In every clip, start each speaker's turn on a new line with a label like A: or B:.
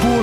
A: 波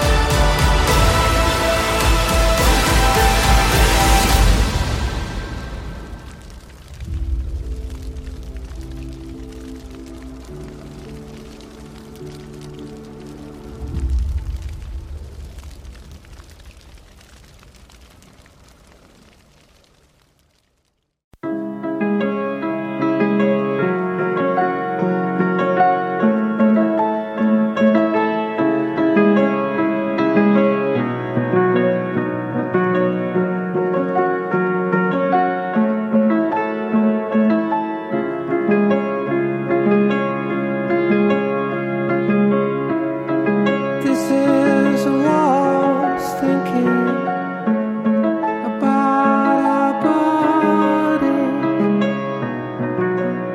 B: This is a lost thinking about our bodies,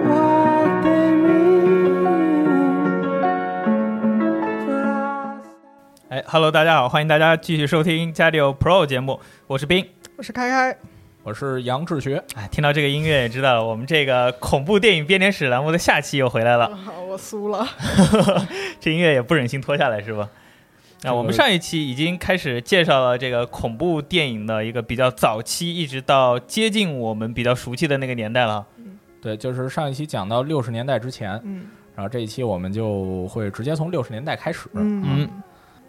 B: what they mean for us.
C: 哎，Hello，大家好，欢迎大家继续收听《家里有 Pro》节目，我是冰。
D: 我是开开，
E: 我是杨志学，
C: 哎，听到这个音乐也知道了，我们这个恐怖电影编年史栏目的下期又回来了，
D: 啊我输了。
C: 这音乐也不忍心脱下来是吧？那、
E: 这个
C: 我们上一期已经开始介绍了这个恐怖电影的一个比较早期，一直到接近我们比较熟悉的那个年代了。
E: 对，就是上一期讲到六十年代之前，
D: 嗯
E: 然后这一期我们就会直接从六十年代开始，
D: 嗯，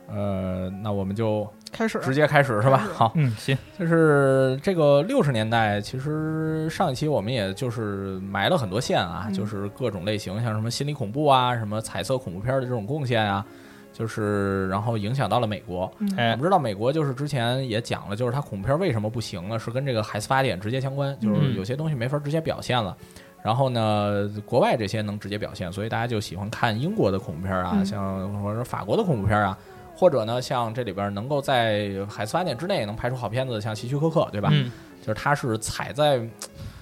E: 呃，那我们就
D: 开始
E: 直接开始是吧
D: 开始？
E: 好，
C: 嗯，行，
E: 就是这个六十年代，其实上一期我们也就是埋了很多线啊，
D: 嗯
E: 就是各种类型，像什么心理恐怖啊，什么彩色恐怖片的这种贡献啊，就是然后影响到了美国，
D: 嗯
E: 我
C: 哎
E: 们，知道美国就是之前也讲了，就是它恐怖片为什么不行呢？是跟这个海斯法典直接相关，就是有些东西没法直接表现了。然后呢，国外这些能直接表现，所以大家就喜欢看英国的恐怖片啊，
D: 嗯
E: 像或者法国的恐怖片啊，或者呢，像这里边能够在海斯法典之内能拍出好片子的，像希区柯克，对吧？
C: 嗯，
E: 就是他是踩在嗯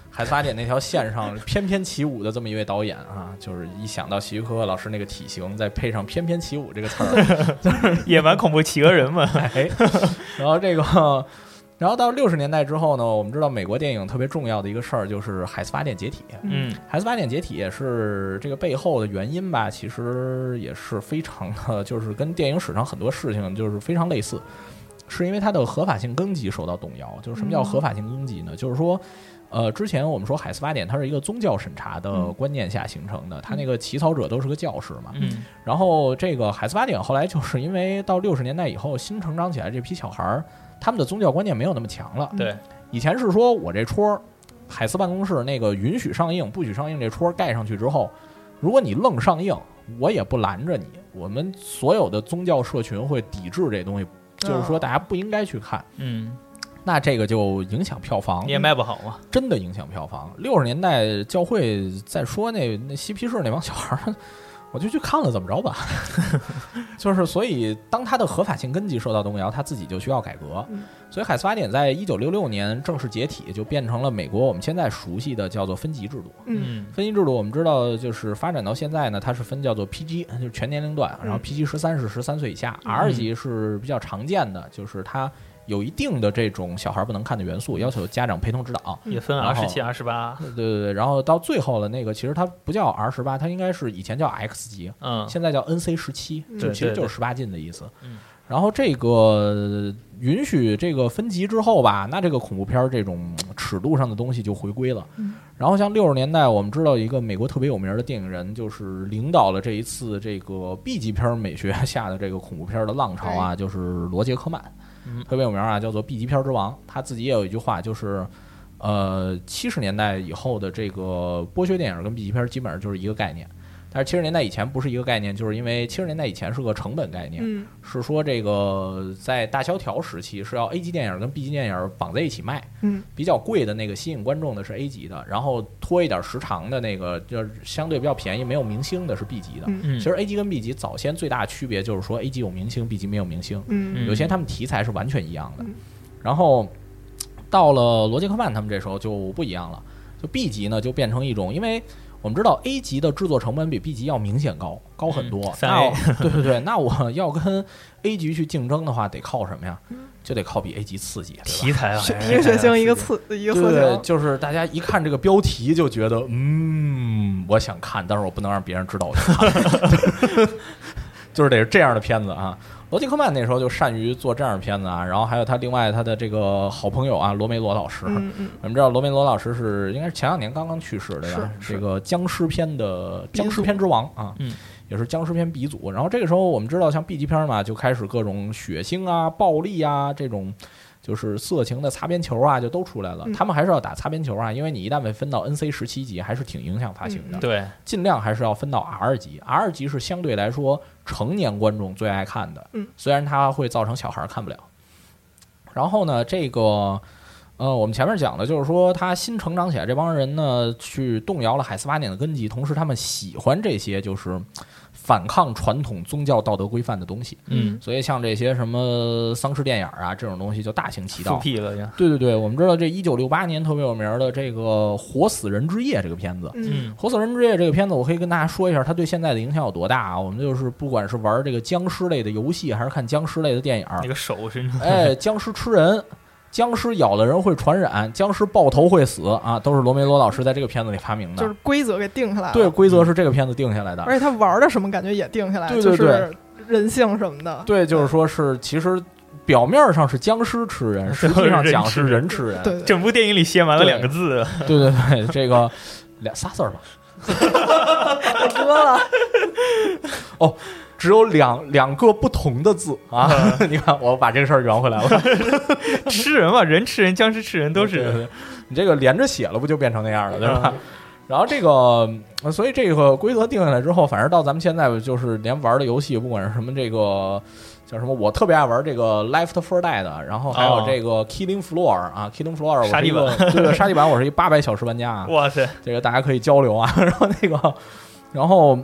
E: 海斯法典那条线上翩翩起舞的这么一位导演啊，就是一想到希区柯克老师那个体型，再配上“翩翩起舞”这个词儿，
C: 野蛮恐怖企鹅人嘛，
E: 哎，然后这个，然后到六十年代之后呢，我们知道美国电影特别重要的一个事儿就是海斯法典解体。
C: 嗯，
E: 海斯法典解体也是这个背后的原因吧，其实也是非常的， 就是跟电影史上很多事情就是非常类似，是因为它的合法性根基受到动摇。就是什么叫合法性根基呢？就是说。呃，之前我们说海斯法典它是一个宗教审查的
D: 嗯
E: 观念下形成的，它那个起草者都是个教士嘛，
C: 嗯，
E: 然后这个海斯法典后来就是因为到六十年代以后新成长起来这批小孩儿，他们的宗教观念没有那么强了。
C: 嗯对，
E: 以前是说我这戳儿，海斯办公室那个允许上映、不许上映这戳儿盖上去之后，如果你愣上映，我也不拦着你。我们所有的宗教社群会抵制这东西，就是说大家不应该去看。
C: 嗯，
E: 那这个就影响票房
C: 你，也卖不好嘛，
E: 真的影响票房。六十年代教会再说那那嬉皮士那帮小孩儿，我就去看了，怎么着吧？ 就是所以，当它的合法性根基受到动摇，它自己就需要改革。
D: 嗯
E: 所以，海斯法典在一九六六年正式解体，就变成了美国我们现在熟悉的叫做分级制度。
D: 嗯
C: 嗯，
E: 分级制度我们知道，就是发展到现在呢，它是分叫做 PG，就是全年龄段，然后
D: 嗯
E: PG 十三是十三岁以下、r 级是比较常见的，就是它有一定的这种小孩不能看的元素，要求家长陪同指导。
C: 嗯也分
E: 然
C: 二
E: 后
C: 十七、二十八，
E: 对对对，然后到最后的那个，其实它不叫 R 十八，它应该是以前叫 X 级，
C: 嗯，
E: 现在叫 NC 十七，就
C: 对
E: 其实
C: 对
E: 就
C: 对
E: 是十八禁的意思
C: 嗯。
E: 然后这个允许这个分级之后吧，那这个恐怖片儿这种嗯尺度上的东西就回归了。然后像六十年代，我们知道一个美国特别有名的电影人，就是领导了这一次这个 B 级片儿美学下的这个恐怖片儿的浪潮啊，就是罗杰科曼
C: 嗯，
E: 特别有名啊，叫做 B 级片儿之王。他自己也有一句话，就是。呃，七十年代以后的这个剥削电影跟 B 级片儿基本上就是一个概念，但是七十年代以前不是一个概念，就是因为七十年代以前是个成本概念，
D: 嗯
E: 是说这个在大萧条时期是要 A 级电影跟 B 级电影绑在一起卖，
D: 嗯，
E: 比较贵的那个吸引观众的是 A 级的，然后拖一点时长的那个就是相对比较便宜没有明星的是 B 级的。
D: 嗯
C: 嗯
E: 其实 A 级跟 B 级早先最大区别就是说 A 级有明星，B 级没有明星。
D: 嗯
E: 有些他们题材是完全一样的
D: 嗯。
E: 然后到了罗杰克曼他们这时候就不一样了，就 B 级呢就变成一种，因为我们知道 A 级的制作成本比 B 级要明显高，高很多
C: 嗯。三
E: 那
C: A
E: 我 对对对，那我要跟 A 级去竞争的话，得靠什么呀？
D: 嗯
E: 就得靠比 A 级刺激，对吧
C: 题材啊，
D: 一个血腥，一个刺，一个
E: 对
D: 色
E: 对，
D: 情，
E: 就是大家一看这个标题就觉得，嗯，我想看，但是我不能让别人知道我看， 就是得是这样的片子啊。罗杰克曼那时候就善于做这样的片子啊，然后还有他另外他的这个好朋友啊，罗梅罗老师。
D: 嗯嗯，
E: 我们知道罗梅罗老师是应该是前两年刚刚去世对吧？
D: 是
E: 这个僵尸片的
D: 鼻祖
E: 僵尸片之王啊，
C: 嗯，
E: 也是僵尸片鼻祖。然后这个时候我们知道，像 B 级片嘛，就开始各种血腥啊、暴力啊这种。就是色情的擦边球啊，就都出来了。
D: 嗯
E: 他们还是要打擦边球啊，因为你一旦被分到 NC 十七级，还是挺影响发行的。
C: 对，
E: 尽量还是要分到 R 级，R 级是相对来说成年观众最爱看的，
D: 嗯，
E: 虽然它会造成小孩儿看不了。然后呢，这个呃，我们前面讲的就是说，他新成长起来这帮人呢，去动摇了海斯巴涅的根基，同时他们喜欢这些就是反抗传统宗教道德规范的东西，
C: 嗯，
E: 所以像这些什么丧尸电影啊这种东西就大行其
C: 复
E: 道。
C: 辟了呀，
E: 对对对，我们知道这一九六八年特别有名儿的这个《活死人之夜》这个片子，
D: 嗯
C: 嗯
E: 《活死人之夜》这个片子，我可以跟大家说一下，它对现在的影响有多大啊？我们就是不管是玩这个僵尸类的游戏，还是看僵尸类的电影，
C: 那个手伸出，
E: 哎，僵尸吃人，僵尸咬了人会传染，僵尸爆头会死啊，都是罗梅罗老师在这个片子里发明的。
D: 就是规则给定下来了，
E: 对，，规则是这个片子定下来的。
D: 而且他玩的什么感觉也定下来，
E: 对
D: 就
E: 对
D: 是人性什么的，
E: 对，就是说是其实表面上是僵尸吃 人，实际上讲是人吃人。
D: 对对，
C: 整部电影里写满了两个字，
E: 对对对，这个俩仨字儿 吧，
D: 太多了，
E: 哦只有两两个不同的字啊。 你看，我把这个事儿圆回来了。
C: 吃人嘛，人吃人，僵尸吃人都
E: 对
C: 是，
E: 对你这个连着写了，不就变成那样了，对吧？然后这个，呃所以这个规则定下来之后，反正到咱们现在就是连玩的游戏，不管是什么这个叫什么，我特别爱玩这个 Left for Dead，然后还有
C: 哦
E: 这个 Killing Floor 啊，Killing Floor，我
C: 沙
E: 是
C: 地
E: 一个对对沙地板，我是一八百小时玩家啊，
C: 哇塞，
E: 这个大家可以交流啊。 然后那个，然后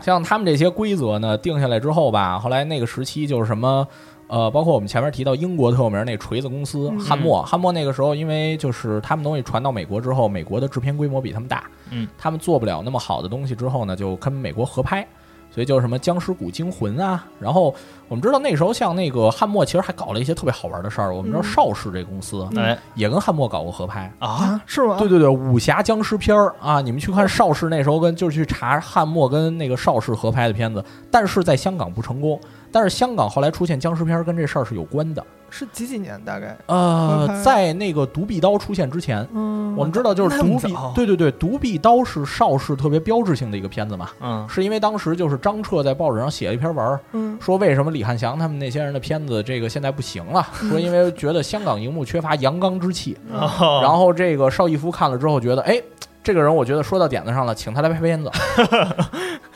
E: 像他们这些规则呢定下来之后吧，后来那个时期就是什么。呃，包括我们前面提到英国特有名那锤子公司
D: 嗯
E: 汉默，汉默那个时候，因为就是他们东西传到美国之后，美国的制片规模比他们大，
C: 嗯，
E: 他们做不了那么好的东西之后呢，就跟美国合拍，所以就是什么《僵尸谷惊魂》啊。然后我们知道那时候像那个汉默，其实还搞了一些特别好玩的事儿。我们知道
D: 嗯
E: 邵氏这公司、
D: 嗯
C: 哎
E: 也跟汉默搞过合拍，
C: 啊，
D: 是吗？
E: 对对对，武侠僵尸片儿啊，你们去看邵氏那时候跟就是去查汉默跟那个邵氏合拍的片子，但是在香港不成功。但是香港后来出现僵尸片儿跟这事儿是有关的。
D: 是几几年大概？合
E: 呃，
D: 拍
E: 在那个独臂刀出现之前，
D: 嗯，
E: 我们知道就是
C: 那么
E: 独臂
C: 早，
E: 对对对，独臂刀是邵氏特别标志性的一个片子嘛，
C: 嗯，
E: 是因为当时就是张彻在报纸上写了一篇文儿，
D: 嗯
E: 说为什么李翰祥他们那些人的片子这个现在不行了，说因为觉得香港荧幕缺乏阳刚之气。
C: 然
E: 然后这个邵逸夫看了之后觉得，哎，这个人我觉得说到点子上了，请他来拍片子，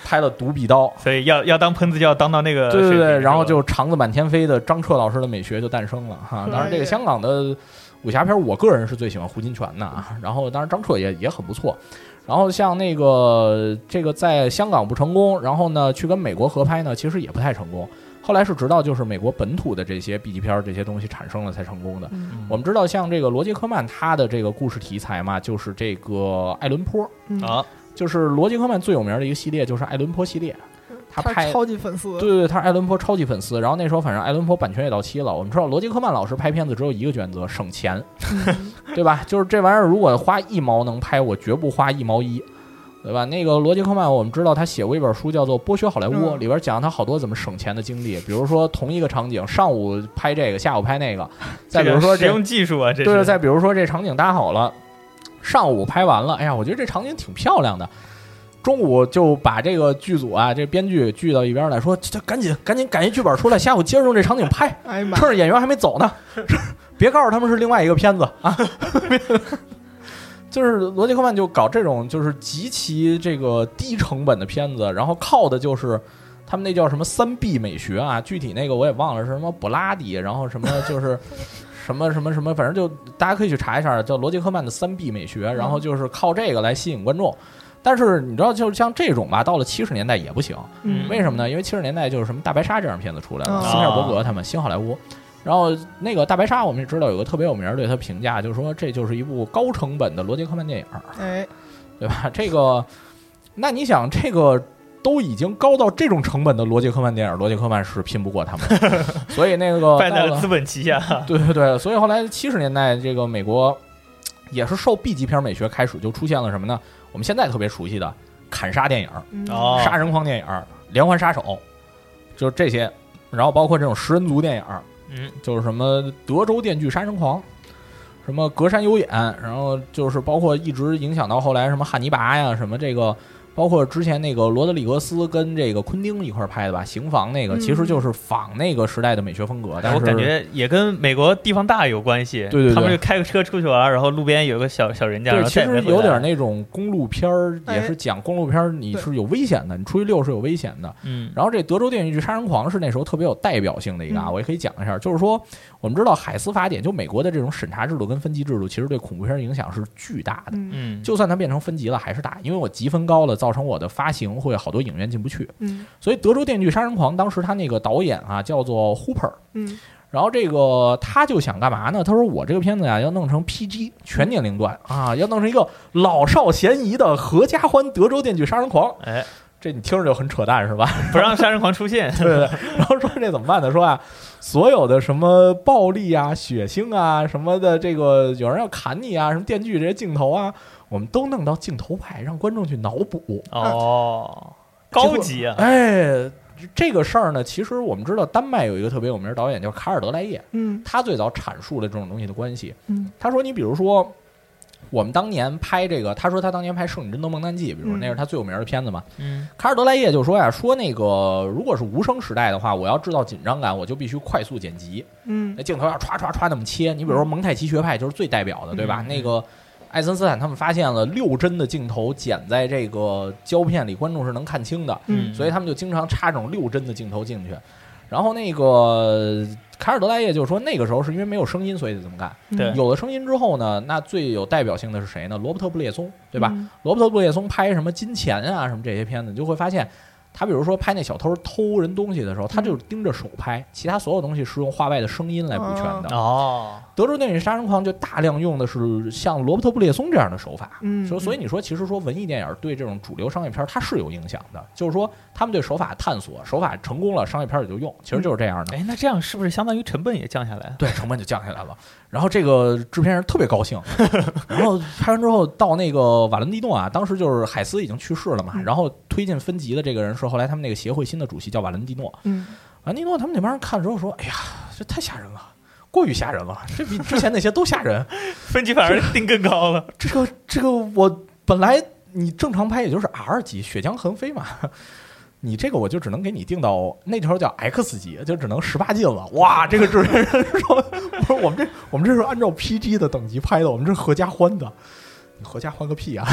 E: 拍了《独臂刀》。
C: 所以要要当喷子，就要当到那个
E: 对
C: 水
E: 对
C: 平
E: 对，
C: 是吧
E: 然后就长子满天飞的张彻老师的美学就诞生了哈。当然，这个香港的武侠片，我个人是最喜欢胡金铨的啊。然后，当然张彻也也很不错。然后像那个这个在香港不成功，然后呢去跟美国合拍呢，其实也不太成功。后来是直到就是美国本土的这些 B 级片儿这些东西产生了才成功的。
D: 嗯
E: 我们知道，像这个罗杰克曼他的这个故事题材嘛，就是这个爱伦坡，
D: 嗯，
C: 啊，
E: 就是罗杰克曼最有名的一个系列就是爱伦坡系列，他
D: 他
E: 拍
D: 是超级粉丝，
E: 对对，对，他是爱伦坡超级粉丝。然后那时候反正爱伦坡版权也到期了，我们知道罗杰克曼老师拍片子只有一个原则，省钱，对吧？就是这玩意儿如果花一毛能拍，我绝不花一毛一。对吧？那个罗杰克曼，我们知道他写过一本书，叫做《剥削好莱坞》，
D: 嗯
E: 里边讲他好多怎么省钱的经历，比如说同一个场景，上午拍这个，下午拍那个，再
C: 这
E: 比
C: 个
E: 如说
C: 实
E: 这
C: 用技术啊，这
E: 对，
C: 是
E: 再比如说这场景搭好了，上午拍完了，哎呀，我觉得这场景挺漂亮的。中午就把这个剧组啊，这编剧聚到一边来说，这这赶紧赶紧赶一剧本出来，下午接着用这场景拍，
D: 哎呀妈
E: 趁，着演员还没走呢，别告诉他们是另外一个片子啊。就是罗杰克曼就搞这种就是极其这个低成本的片子，然后靠的就是他们那叫什么三 B 美学啊，具体那个我也忘了是什么布拉迪，然后什么就是 什么什么什么，反正就大家可以去查一下，叫罗杰克曼的三 B 美学，然后就是靠这个来吸引观众。但是你知道，就是像这种吧，到了七十年代也不行，
D: 嗯
E: 为什么呢？因为七十年代就是什么大白鲨这样的片子出来了，啊
D: 哦
E: 斯皮尔伯格他们新好莱坞。然后那个大白鲨，我们也知道有个特别有名儿对他评价，就是说这就是一部高成本的罗杰克曼电影儿，
D: 哎，
E: 对吧？这个，那你想，这个都已经高到这种成本的罗杰克曼电影儿，罗杰克曼是拼不过他们的， 所以那个
C: 败在
E: 到
C: 了资本旗下。
E: 对对对，所以后来七十年代这个美国也是受 B 级片美学开始，就出现了什么呢？我们现在特别熟悉的砍杀电影儿、
D: 嗯
C: 哦，
E: 杀人狂电影儿、连环杀手，就是这些，然后包括这种食人族电影儿，
C: 嗯，
E: 就是什么德州电锯杀人狂，什么隔山有眼，然后就是包括一直影响到后来什么汉尼拔呀，什么这个，包括之前那个罗德里格斯跟这个昆汀一块儿拍的吧，《刑房》那个，
D: 嗯
E: 其实就是仿那个时代的美学风格，但是
C: 哎我感觉也跟美国地方大有关系。
E: 对对对
C: 他们就开个车出去玩，然后路边有个小小人家，然
E: 对，
C: 后
E: 其
C: 再也没
E: 实
C: 回来
E: 有点那种公路片儿，
D: 哎
E: 也是讲公路片儿，你
D: 对
E: 是有危险的，你出去溜是有危险的。
C: 嗯，
E: 然后这德州电锯杀人狂是那时候特别有代表性的一个啊，
D: 嗯
E: 我也可以讲一下，就是说我们知道海斯法典，就美国的这种审查制度跟分级制度，其实对恐怖片影响是巨大的。
D: 嗯
C: 嗯，
E: 就算它变成分级了，还是大，因为我积分高了，造成我的发行会好多影院进不去。
D: 嗯
E: 所以德州电锯杀人狂当时他那个导演啊叫做 Hooper，
D: 嗯
E: 然后这个他就想干嘛呢？他说我这个片子呀、要弄成 PG 全年龄段啊，要弄成一个老少咸宜的合家欢德州电锯杀人狂。
C: 哎，
E: 这你听着就很扯淡是吧？
C: 不让杀人狂出 现。
E: 对对对。然后说这怎么办呢？说啊，所有的什么暴力啊、血腥啊什么的，这个有人要砍你啊，什么电锯这些镜头啊，我们都弄到镜头外，让观众去脑 补。
C: 哦，高级啊，
E: 哎，这个事儿呢，其实我们知道，丹麦有一个特别有名的导演叫卡尔德莱耶，
D: 嗯
E: 他最早阐述了这种东西的关系。
D: 嗯
E: 他说：“你比如说，我们当年拍这个，他说他当年拍《圣女贞德蒙难记》，比如说
D: 嗯
E: 那是他最有名的片子嘛。
C: 嗯
E: 卡尔德莱耶就说呀，说那个如果是无声时代的话，我要制造紧张感，我就必须快速剪辑，
D: 嗯
E: 那镜头要歘歘歘那么切。你比如说蒙太奇学派就是最代表的，对吧？
C: 嗯
E: 那个爱森斯坦他们发现了六帧的镜头剪在这个胶片里，观众是能看清的。
D: 嗯
E: 所以他们就经常插这种六帧的镜头进去。然后那个凯尔德莱叶就说，那个时候是因为没有声音，所以得这么干。
C: 对
E: 嗯有了声音之后呢，那最有代表性的是谁呢？罗伯特·布列松，对吧？
D: 嗯
E: 罗伯特·布列松拍什么《金钱》啊，什么这些片子，你就会发现，他比如说拍那小偷偷人东西的时候，
D: 嗯
E: 他就是盯着手拍，其他所有东西是用画外的声音来补全的。
C: 哦，
E: 德州电影杀人狂就大量用的是像罗伯特·布列松这样的手法，
D: 嗯
E: 所以所以你说，其实说文艺电影对这种主流商业片儿它是有影响的，就是说他们对手法探索，手法成功了，商业片儿也就用，其实就是这样的。
C: 哎，那这样是不是相当于成本也降下来了？
E: 对，成本就降下来了。然后这个制片人特别高兴， 然后拍完之后到那个瓦伦蒂诺啊，当时就是海斯已经去世了嘛，然后推进分级的这个人是后来他们那个协会新的主席叫瓦伦蒂诺，
D: 嗯
E: 瓦伦蒂诺他们那帮人看之后说，哎呀，这太吓人了，过于吓人了，这比之前那些都吓人。
C: 分级反而定更高 了。
E: 这个这个我本来你正常拍也就是 R 级，血浆横飞嘛， 你这个我就只能给你定到那条叫 X 级，就只能十八禁了。哇，这个制片人说， 不是我们这我们这是按照 PG 的等级拍的，我们这是合家欢的。你合家欢个屁啊！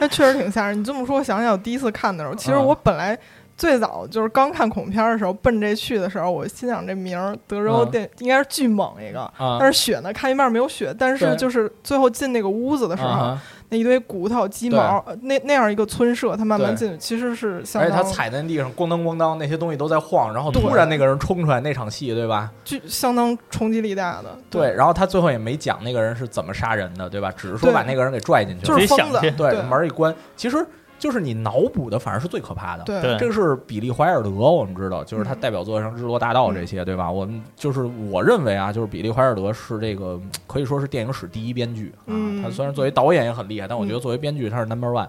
D: 那确实挺吓人。你这么说，我想想我第一次看的时候，其实
E: 嗯
D: 我本来最早就是刚看恐怖片的时候，奔这去的时候，我心想这名儿德州
E: 嗯
D: 电、应该是巨猛一个。
E: 啊
D: 但是血呢？看一半没有血，但
E: 对
D: 是就是最后进那个屋子的时候，
E: 啊！
D: 那一堆骨头、鸡
E: 对
D: 毛，呃那那样一个村舍，它慢慢
E: 对
D: 进去，其实是相
E: 而且
D: 当
E: 他踩在地上咣当咣当，那些东西都在晃，然后突然那个人冲出来，那场戏对吧？
D: 巨相当冲击力大的。
E: 对，然后他最后也没讲那个人是怎么杀人的，对吧？只是说
D: 对
E: 把那个人给拽进去了，
D: 就是
C: 直接
D: 疯子
C: 想去，
E: 对
D: 对，啊
E: 门儿一关，其实就是你脑补的反而是最可怕的。
D: 对
C: 对
E: 这个是比利怀尔德，我们知道，就是他
D: 嗯
E: 代表作像《日落大道》这些，对吧？我们就是我认为啊，就是比利怀尔德是这个嗯可以说是电影史第一编剧啊。
D: 嗯
E: 他虽然作为导演也很厉害，但我觉得作为编剧他是 number one。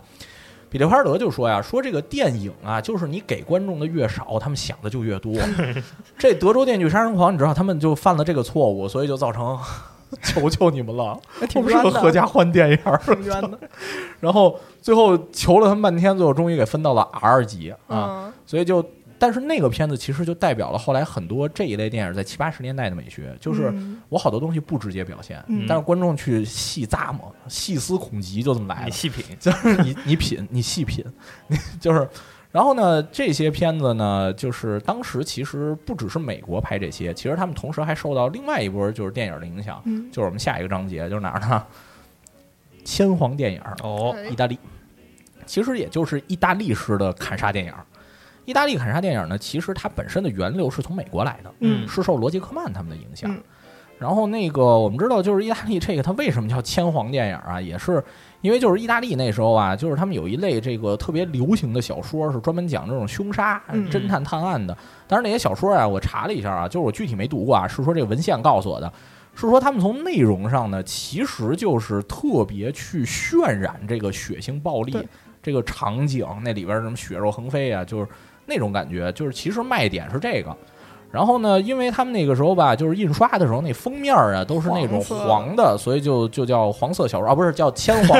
E: 比利怀尔德就说呀，说这个电影啊，就是你给观众的越少，他们想的就越 多。这德州电锯杀人狂，你知道他们就犯了这个错误，所以就造成 求求你们了，
D: 还
E: 我
D: 挺
E: 们是
D: 冤
E: 个合
D: 的，
E: 家欢电影儿。
D: 挺冤的。
E: 然后最后求了他们半天，最后终于给分到了 R 级啊，
D: 嗯，
E: 所以就但是那个片子其实就代表了后来很多这一类电影在七八十年代的美学，就是
D: 嗯
E: 我好多东西不直接表现，
D: 嗯
E: 但是观众去细咂摸、细思恐极，就这么来
C: 你
E: 的。
C: 细品，
E: 就是你你品，你细品， 你就是。然后呢，这些片子呢，就是当时其实不只是美国拍这些，其实他们同时还受到另外一波就是电影的影响，
D: 嗯
E: 就是我们下一个章节就是哪儿呢？先皇电影，
C: 哦，
D: 哎
E: 意大利，其实也就是意大利式的砍杀电影。意大利砍杀电影呢，其实它本身的源流是从美国来的，
D: 嗯
E: 是受罗杰克曼他们的影响。
D: 嗯
E: 然后那个我们知道，就是意大利这个它为什么叫千皇电影啊，也是因为就是意大利那时候啊，就是他们有一类这个特别流行的小说，是专门讲这种凶杀、
D: 嗯
E: 侦探探案的。但是那些小说啊，我查了一下啊，就是我具体没读过啊，是说这个文献告诉我的，是说他们从内容上呢，其实就是特别去渲染这个血腥暴力
D: 对
E: 这个场景，那里边儿什么血肉横飞啊，就是那种感觉，就是其实卖点是这个。然后呢，因为他们那个时候吧，就是印刷的时候，那封面儿啊都是那种
D: 黄色
E: 黄的，所以就就叫黄色小说啊，不是叫铅黄，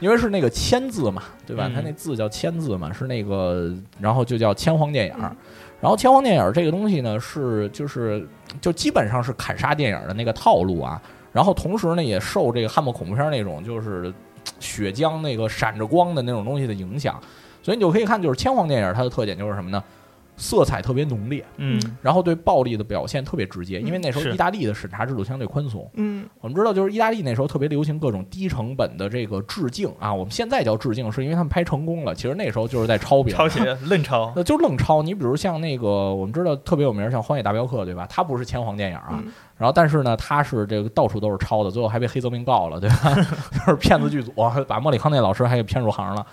E: 因为是那个铅字嘛，对吧？
C: 嗯
E: 它那字叫铅字嘛，是那个，然后就叫铅黄电影儿
D: 嗯。
E: 然后铅黄电影儿这个东西呢，是就是就基本上是砍杀电影儿的那个套路啊。然后同时呢，也受这个汉默恐怖片儿那种就是血浆那个闪着光的那种东西的影响，所以你就可以看，就是铅黄电影它的特点就是什么呢？色彩特别浓烈，
C: 嗯
E: 然后对暴力的表现特别直接，因为那时候
C: 是
E: 意大利的审查制度相对宽松。
D: 嗯
E: 我们知道，就是意大利那时候特别流行各种低成本的这个致敬啊，我们现在叫致敬，是因为他们拍成功了，其实那时候就是在抄别
C: 抄
E: 人。
C: 袭愣抄，
E: 那就愣抄。你比如像那个，我们知道特别有名儿，像《荒野大镖客》，对吧？它不是千皇电影啊，
D: 嗯
E: 然后但是呢，它是这个到处都是抄的，最后还被黑泽明告了，对吧？ 就是骗子剧组把莫里康内老师还给骗入行了。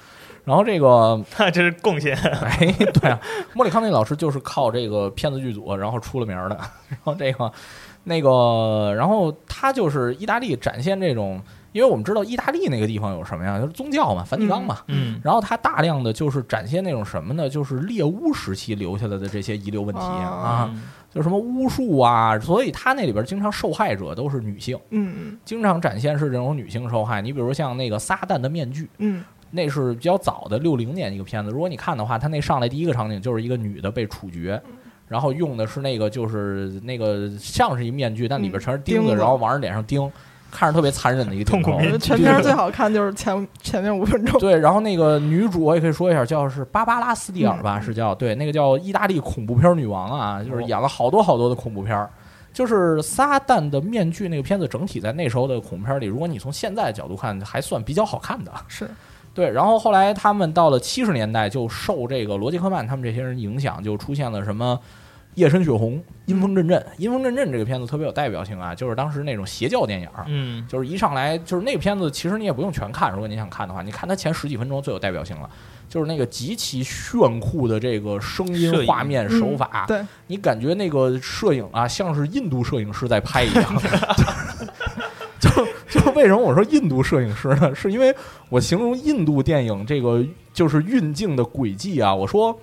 E: 然后这个，
C: 哈这是贡献，
E: 哎，对啊，莫里康内老师就是靠这个骗子剧组，然后出了名儿的。然后这个，那个，然后他就是意大利展现这种，因为我们知道意大利那个地方有什么呀？就是宗教嘛，梵蒂冈嘛。
C: 嗯
E: 然后它大量的就是展现那种什么呢？就是猎巫时期留下来的这些遗留问题啊，
D: 哦
E: 就什么巫术啊，所以它那里边经常受害者都是女性，
D: 嗯
E: 经常展现是这种女性受害。你比如像那个撒旦的面具，
D: 嗯
E: 那是比较早的六零年一个片子。如果你看的话，它那上来第一个场景就是一个女的被处决，
D: 嗯
E: 然后用的是那个就是那个像是一面具，但里边全是钉
D: 嗯钉
E: 子，
D: 子
E: 然后往人脸上钉，看着特别残忍的一个
C: 痛
E: 镜
C: 苦
E: 头
D: 我觉
C: 面
D: 得全 片儿最好看就是前前面五分钟，
E: 对，然后那个女主我也可以说一下，叫是芭芭拉·斯蒂尔吧，是叫对，那个叫意大利恐怖片女王啊，就是演了好多好多的恐怖片儿。就是《撒旦的面具》那个片子，整体在那时候的恐怖片里，如果你从现在的角度看，还算比较好看的。
D: 是
E: 对，然后后来他们到了七十年代，就受这个罗杰克曼他们这些人影响，就出现了什么《夜深血红》《阴风阵阵》。《阴风阵阵》这个片子特别有代表性啊，就是当时那种邪教电影儿，
C: 嗯
E: 就是一上来就是那个片子，其实你也不用全看，如果你想看的话，你看它前十几分钟最有代表性了，就是那个极其炫酷的这个声音
C: 摄、影
E: 画面、
D: 嗯
E: 手法，
D: 对，
E: 你感觉那个摄影啊，像是印度摄影师在拍一样。 就就为什么我说印度摄影师呢？是因为我形容印度电影这个就是运镜的轨迹啊，我说。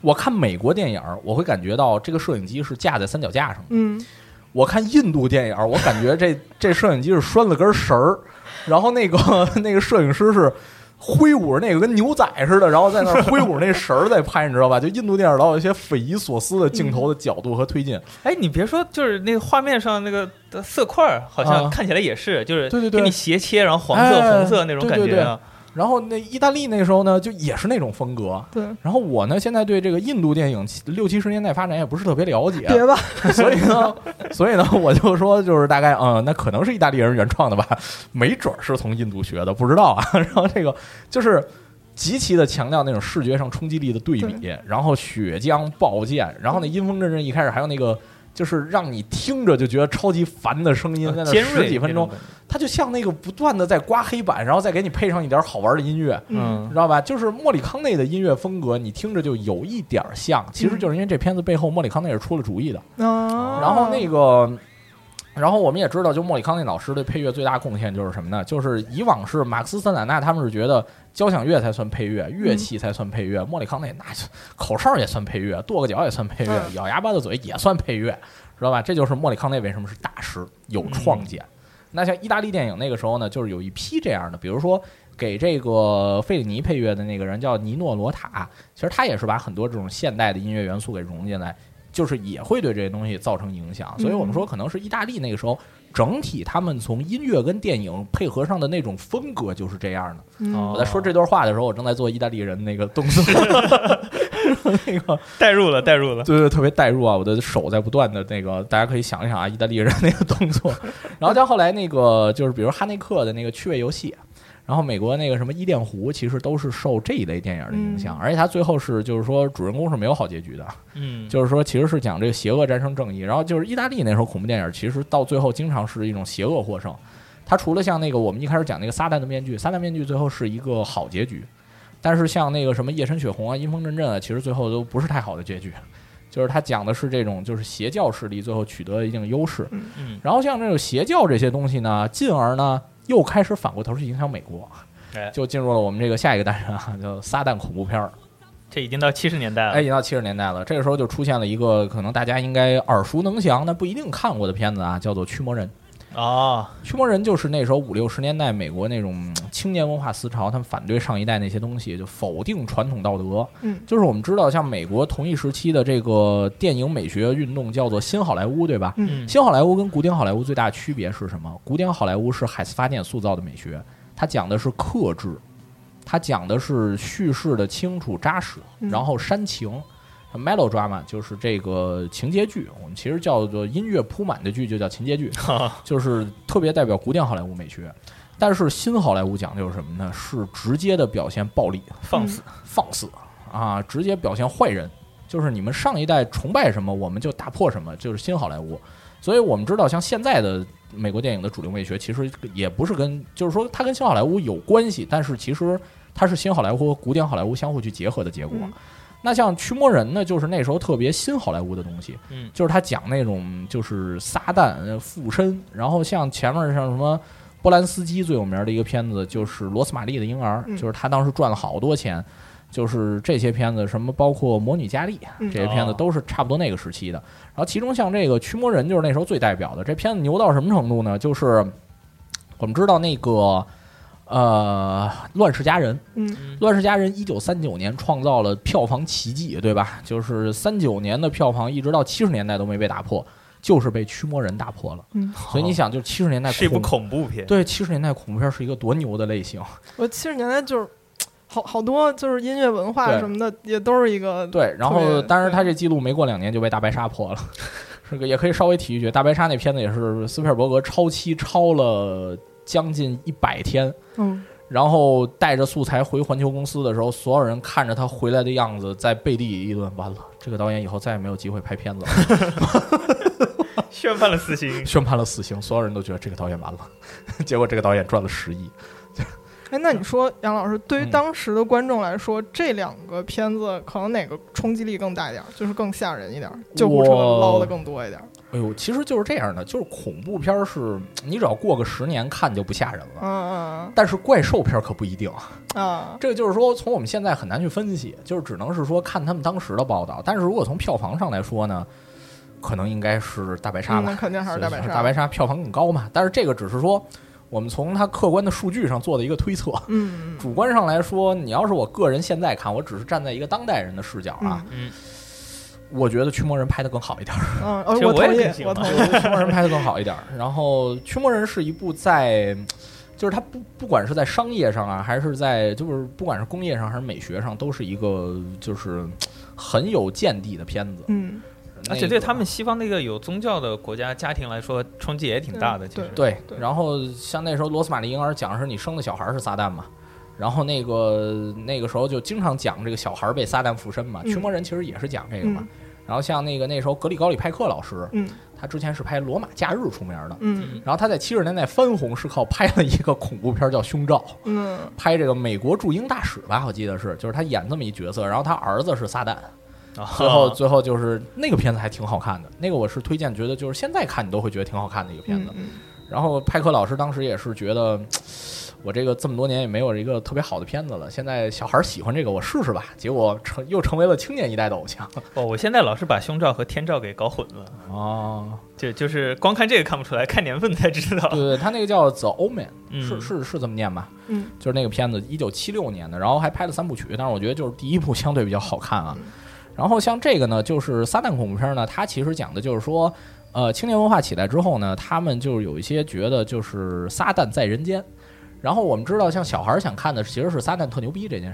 E: 我看美国电影，我会感觉到这个摄影机是架在三脚架上的。
D: 嗯
E: 我看印度电影儿，我感觉这这摄影机是拴了根绳儿，然后那个那个摄影师是挥舞着那个跟牛仔似的，然后在那儿挥舞那绳儿在拍，你知道吧？就印度电影老有一些匪夷所思的镜头的角度和推进。
C: 哎，你别说，就是那个画面上那个的色块儿，好
E: 啊
C: 像看起来也是，就是
E: 对对对
C: 给你斜切，然后黄色、
E: 哎
C: 红色那种感觉啊。
E: 然后那意大利那时候呢，就也是那种风格。
D: 对，
E: 然后我呢，现在对这个印度电影七六七十年代发展也不是特别了解，
D: 别吧，
E: 所以 呢，所以呢，我就说，就是大概，嗯，那可能是意大利人原创的吧， 没准儿是从印度学的，不知道啊。 然后这个就是极其的强调那种视觉上冲击力的对比，然后血浆爆溅，然后那阴风阵阵一开始还有那个。就是让你听着就觉得超级烦的声音，在那
C: 呃啊尖锐
E: 十几分
C: 那
E: 钟
C: 种，感觉，
E: 它就像那个不断的在刮黑板，然后再给你配上一点好玩的音乐，你
C: 嗯
E: 知道吧？就是莫里康内的音乐风格，你听着就有一点儿像，其实就是因为这片子背后莫里康内是出了主意的。
D: 啊，
E: 然后那个，然后我们也知道，就莫里康内老师对配乐最大贡献就是什么呢？就是以往是马克思桑塔纳他们是觉得交响乐才算配乐，乐器才算配乐，莫里康内那 就口哨也算配乐，跺个脚也算配乐，
D: 嗯
E: 咬牙巴的嘴也算配乐，知道吧？这就是莫里康内为什么是大师，有创建。那像意大利电影那个时候呢，就是有一批这样的，比如说给这个费里尼配乐的那个人叫尼诺罗塔，其实他也是把很多这种现代的音乐元素给融进来，就是也会对这些东西造成影响。所以我们说，可能是意大利那个时候整体他们从音乐跟电影配合上的那种风格就是这样的。
D: 嗯
C: 我
E: 我在说这段话的时候，我正在做意大利人那个动作， 那个
C: 代入了，代入了。
E: 对对，特别代入啊！我的手在不断的那个，大家可以想一想啊，意大利人那个动作。 然后再后来那个就是，比如哈内克的那个趣味游戏，然后美国那个什么《伊甸湖》，其实都是受这一类电影的影响，而且它最后是就是说主人公是没有好结局的，
C: 嗯，
E: 就是说其实是讲这个邪恶战胜正义。然后就是意大利那时候恐怖电影，其实到最后经常是一种邪恶获胜。它除了像那个我们一开始讲那个撒旦的面具，撒旦面具最后是一个好结局，但是像那个什么夜深雪红啊、阴风阵阵啊，其实最后都不是太好的结局。就是它讲的是这种就是邪教势力最后取得一定优势，
C: 嗯
E: 然后像这种邪教这些东西呢，进而呢又开始反过头去影响美国
C: 哎，
E: 就进入了我们这个下一个单元啊，叫撒旦恐怖片儿。
C: 这已经到七十年代了。
E: 哎，已经到七十年代了，这个时候就出现了一个可能大家应该耳熟能详，但不一定看过的片子啊，叫做《驱魔人》。
C: 哦，
E: 驱魔人就是那时候五六十年代美国那种嗯青年文化思潮，他们反对上一代那些东西，就否定传统道德。
D: 嗯，
E: 就是我们知道，像美国同一时期的这个电影美学运动叫做新好莱坞，对吧？
C: 嗯
E: 新好莱坞跟古典好莱坞最大区别是什么？古典好莱坞是海斯发电塑造的美学，它讲的是克制，它讲的是叙事的清楚扎实，
D: 嗯
E: 然后煽情。melodrama 就是这个情节剧，我们其实叫做音乐铺满的剧，就叫情节剧。就是特别代表古典好莱坞美学。但是新好莱坞讲究是什么呢？是直接的表现暴力、
C: 放肆。
E: 放肆啊，直接表现坏人。就是你们上一代崇拜什么，我们就打破什么，就是新好莱坞。所以我们知道，像现在的美国电影的主流美学，其实也不是跟，就是说它跟新好莱坞有关系，但是其实它是新好莱坞和古典好莱坞相互去结合的结果。
D: 嗯
E: 那像《驱魔人》呢，就是那时候特别新好莱坞的东西，
C: 嗯
E: 就是他讲那种就是撒旦呃附身，然后像前面像什么波兰斯基最有名的一个片子就是《罗斯玛丽的婴儿》，
D: 嗯
E: 就是他当时赚了好多钱，就是这些片子，什么包括《魔女佳丽》啊
D: 嗯
E: 这些片子
C: 哦
E: 都是差不多那个时期的。然后其中像这个《驱魔人》就是那时候最代表的。这片子牛到什么程度呢？就是我们知道那个呃《乱世佳人》，
D: 嗯
E: 《乱世佳人》一九三九年创造了票房奇迹，对吧？就是三九年的票房一直到七十年代都没被打破，就是被《驱魔人》打破了。
D: 嗯
E: 所以你想，就七十年代
C: 是一部
E: 恐
C: 恐怖片。
E: 对七十年代恐怖片是一个多牛的类型。
D: 我七十年代就是好好多就是音乐文化
E: 对
D: 什么的，也都是一个
E: 对，然
D: 特
E: 后
D: 别
E: 当然他
D: 对
E: 这记录没过两年就被大白鲨破了， 是个也可以稍微提一句，大白鲨那片子也是斯皮尔伯格超期超了将近一百天，
D: 嗯
E: 然后带着素材回环球公司的时候，所有人看着他回来的样子，在背地一顿完了，这个导演以后再也没有机会拍片子了，。
C: 宣判了死刑
E: 宣判了死刑，所有人都觉得这个导演完了，结果这个导演赚了十亿。
D: 哎，那你说杨老师，对于
E: 嗯
D: 当时的观众来说，这两个片子可能哪个冲击力更大一点儿？就是更吓人一点儿，救护车
E: 我
D: 捞的更多一点儿。
E: 哎呦，其实就是这样的，就是恐怖片儿是你只要过个十年看就不吓人了，
D: 嗯
E: 但是怪兽片儿可不一定。
D: 嗯啊，
E: 这个就是说，从我们现在很难去分析，就是只能是说看他们当时的报道。但是如果从票房上来说呢，可能应该是大白鲨
D: 嗯那
E: 吧，
D: 肯定还是大白鲨
E: 所以大白鲨票房更高嘛。但是这个只是说我们从它客观的数据上做的一个推测。
D: 嗯
E: 主观上来说，你要是我个人现在看，我只是站在一个当代人的视角啊，
C: 嗯嗯
E: 我觉得《驱魔人》拍的更好一点儿，
D: 嗯，呃
C: 其实
D: 我
C: 我也
D: 同意
C: 挺喜，
D: 我
C: 欢
D: 同
E: 我
D: 意。
E: 觉 得《驱魔人》拍的更好一点儿。然后，《驱魔人》是一部在，就是它不不管是在商业上啊，还是在就是不管是工业上还是美学上，都是一个就是很有见地的片子。
D: 嗯，
E: 那
C: 而且对
E: 个
C: 他们西方那个有宗教的国家家庭来说，冲击也挺大的。
D: 嗯
C: 其实，
E: 对，
D: 对
E: 然后像那时候罗斯玛丽婴儿讲的是你生的小孩儿是撒旦嘛，然后那个那个时候就经常讲这个小孩儿被撒旦附身嘛，
D: 嗯
E: 驱魔人其实也是讲这个嘛。
D: 嗯
E: 然后像那个那时候格里高里派克老师，
D: 嗯
E: 他之前是拍《罗马假日》出名的，
D: 嗯
E: 然后他在七十年代翻红是靠拍了一个恐怖片儿叫《胸罩》，
D: 嗯
E: 拍这个美国驻英大使吧，我记得是，就是他演这么一角色，然后他儿子是撒旦，
C: 然
E: 最后最后就是那个片子还挺好看的，那个我是推荐，觉得就是现在看你都会觉得挺好看的一个片子。
D: 嗯
E: 然后派克老师当时也是觉得，我这个这么多年也没有一个特别好的片子了，现在小孩儿喜欢这个，我试试吧。结果成又成为了青年一代的偶像。
C: 哦，我现在老是把胸罩和天罩给搞混了，
E: 哦，
C: 就就是光看这个看不出来，看年份才知道。
E: 对对，他那个叫《The Omen》，
C: 嗯
E: 是是是这么念吧？
D: 嗯，
E: 就是那个片子，一九七六年的，然后还拍了三部曲，但是我觉得就是第一部相对比较好看啊。然后像这个呢，就是撒旦恐怖片呢，它其实讲的就是说，呃，青年文化起来之后呢，他们就是有一些觉得就是撒旦在人间。然后我们知道，像小孩儿想看的其实是撒旦特牛逼这件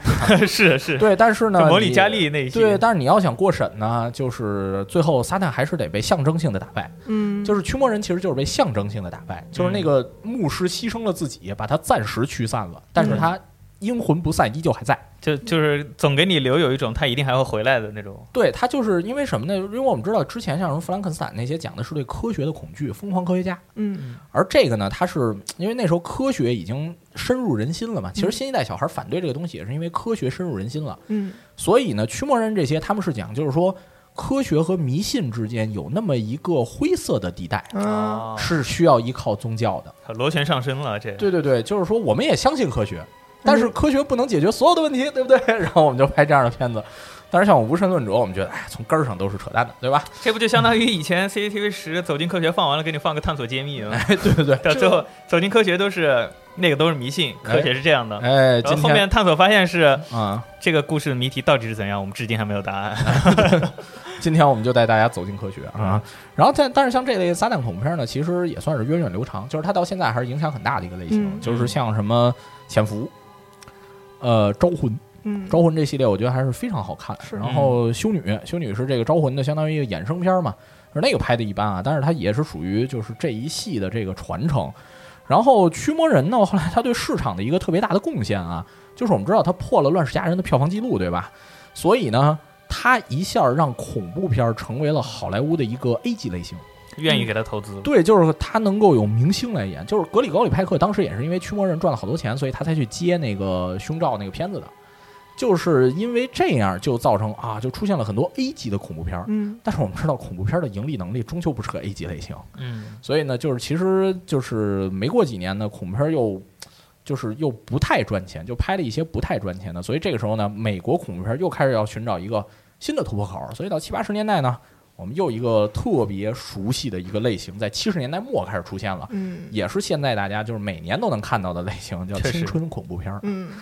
E: 事，
C: 是是，
E: 对，但是呢，
C: 就摩里
E: 你
C: 加利那一系
E: 对，
C: 列，
E: 但是你要想过审呢，就是最后撒旦还是得被象征性的打败。
D: 嗯，
E: 就是驱魔人其实就是被象征性的打败，就是那个牧师牺牲了自己，把他暂时驱散了，但是他阴魂不散，依旧还在。
C: 就就是总给你留有一种他一定还会回来的那种。
E: 对他就是因为什么呢？因为我们知道之前像什么弗兰肯斯坦那些讲的是对科学的恐惧，疯狂科学家，
D: 嗯
E: 而这个呢，它是因为那时候科学已经深入人心了嘛。其实新一代小孩反对这个东西，也是因为科学深入人心了。
D: 嗯
E: 所以呢，驱魔人这些他们是讲就是说科学和迷信之间有那么一个灰色的地带，
D: 啊，
C: 啊，
E: 是需要依靠宗教的。
C: 螺旋上升了，这
E: 对对对，就是说我们也相信科学，但是科学不能解决所有的问题，对不对？ 然后我们就拍这样的片子。但是像我无神论者，我们觉得，哎，从根儿上都是扯淡的，对吧？
C: 这不就相当于以前 CCTV 十走进科学放完了，给你放个探索揭秘吗？
E: 哎， 对对对，
C: 到最后走进科学都是那个都是迷信，科学是这样的。
E: 哎，
C: 嗯然后
E: 今
C: 后
E: 天
C: 面探索发现是
E: 啊、
C: 这个故事的谜题到底是怎样，我们至今还没有答 案。
E: 今天我们就带大家走进科学
C: 嗯
E: 啊。然后但但是像这类撒旦恐怖片呢，其实也算是源远流长，就是它到现在还是影响很大的一个类型，
D: 嗯
E: 就是像什么潜伏。呃，招魂，
D: 嗯，
E: 招魂这系列我觉得还是非常好看。
D: 是
E: 然后修女，修女是这个招魂的相当于一个衍生片嘛，而那个拍的一般啊，但是它也是属于就是这一系的这个传承。然后驱魔人呢，后来他对市场的一个特别大的贡献啊， 就是我们知道他破了《乱世佳人》的票房记录，对吧？所以呢，他一下让恐怖片成为了好莱坞的一个 A 级类型。
C: 愿意给他投资吗，
E: 对，就是他能够有明星来演，就是格里高里派克当时也是因为《驱魔人》赚了好多钱，所以他才去接那个《胸罩》那个片子的。就是因为这样，就造成啊，就出现了很多 A 级的恐怖片儿。
D: 嗯
E: 但是我们知道，恐怖片儿的盈利能力终究不是个 A 级类型，
C: 嗯，
E: 所以呢，就是其实就是没过几年呢，恐怖片儿又就是又不太赚钱，就拍了一些不太赚钱的。所以这个时候呢，美国恐怖片儿又开始要寻找一个新的突破口。所以到七八十年代呢，我们又一个特别熟悉的一个类型，在七十年代末开始出现了，
D: 嗯
E: 也是现在大家就是每年都能看到的类型，叫
C: 确实
E: 青春恐怖片儿。
D: 嗯，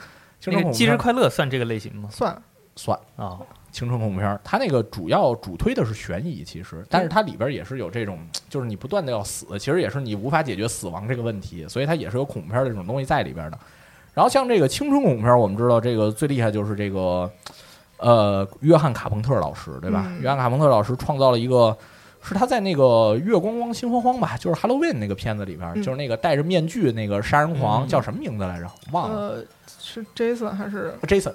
E: 青
C: 那个
E: 春恐怖
C: 《忌日
E: 片儿
C: 快乐》算这个类型吗？
D: 算了
E: 算
C: 啊，
E: 青春恐怖片儿，它那个主要主推的是悬疑，其实，但是它里边也是有这种，就是你不断的要死，其实也是你无法解决死亡这个问题，所以它也是有恐怖片儿的这种东西在里边的。然后像这个青春恐怖片儿，我们知道这个最厉害就是这个，呃，约翰卡朋特老师，对吧？
D: 嗯
E: 约翰卡朋特老师创造了一个，是他在那个《月光光心慌慌》吧，就是 Halloween 那个片子里边儿，
D: 嗯
E: 就是那个戴着面具那个杀人狂、
C: 嗯
E: 叫什么名字来着？忘了、
D: 呃，是 Jason 还是
E: Jason，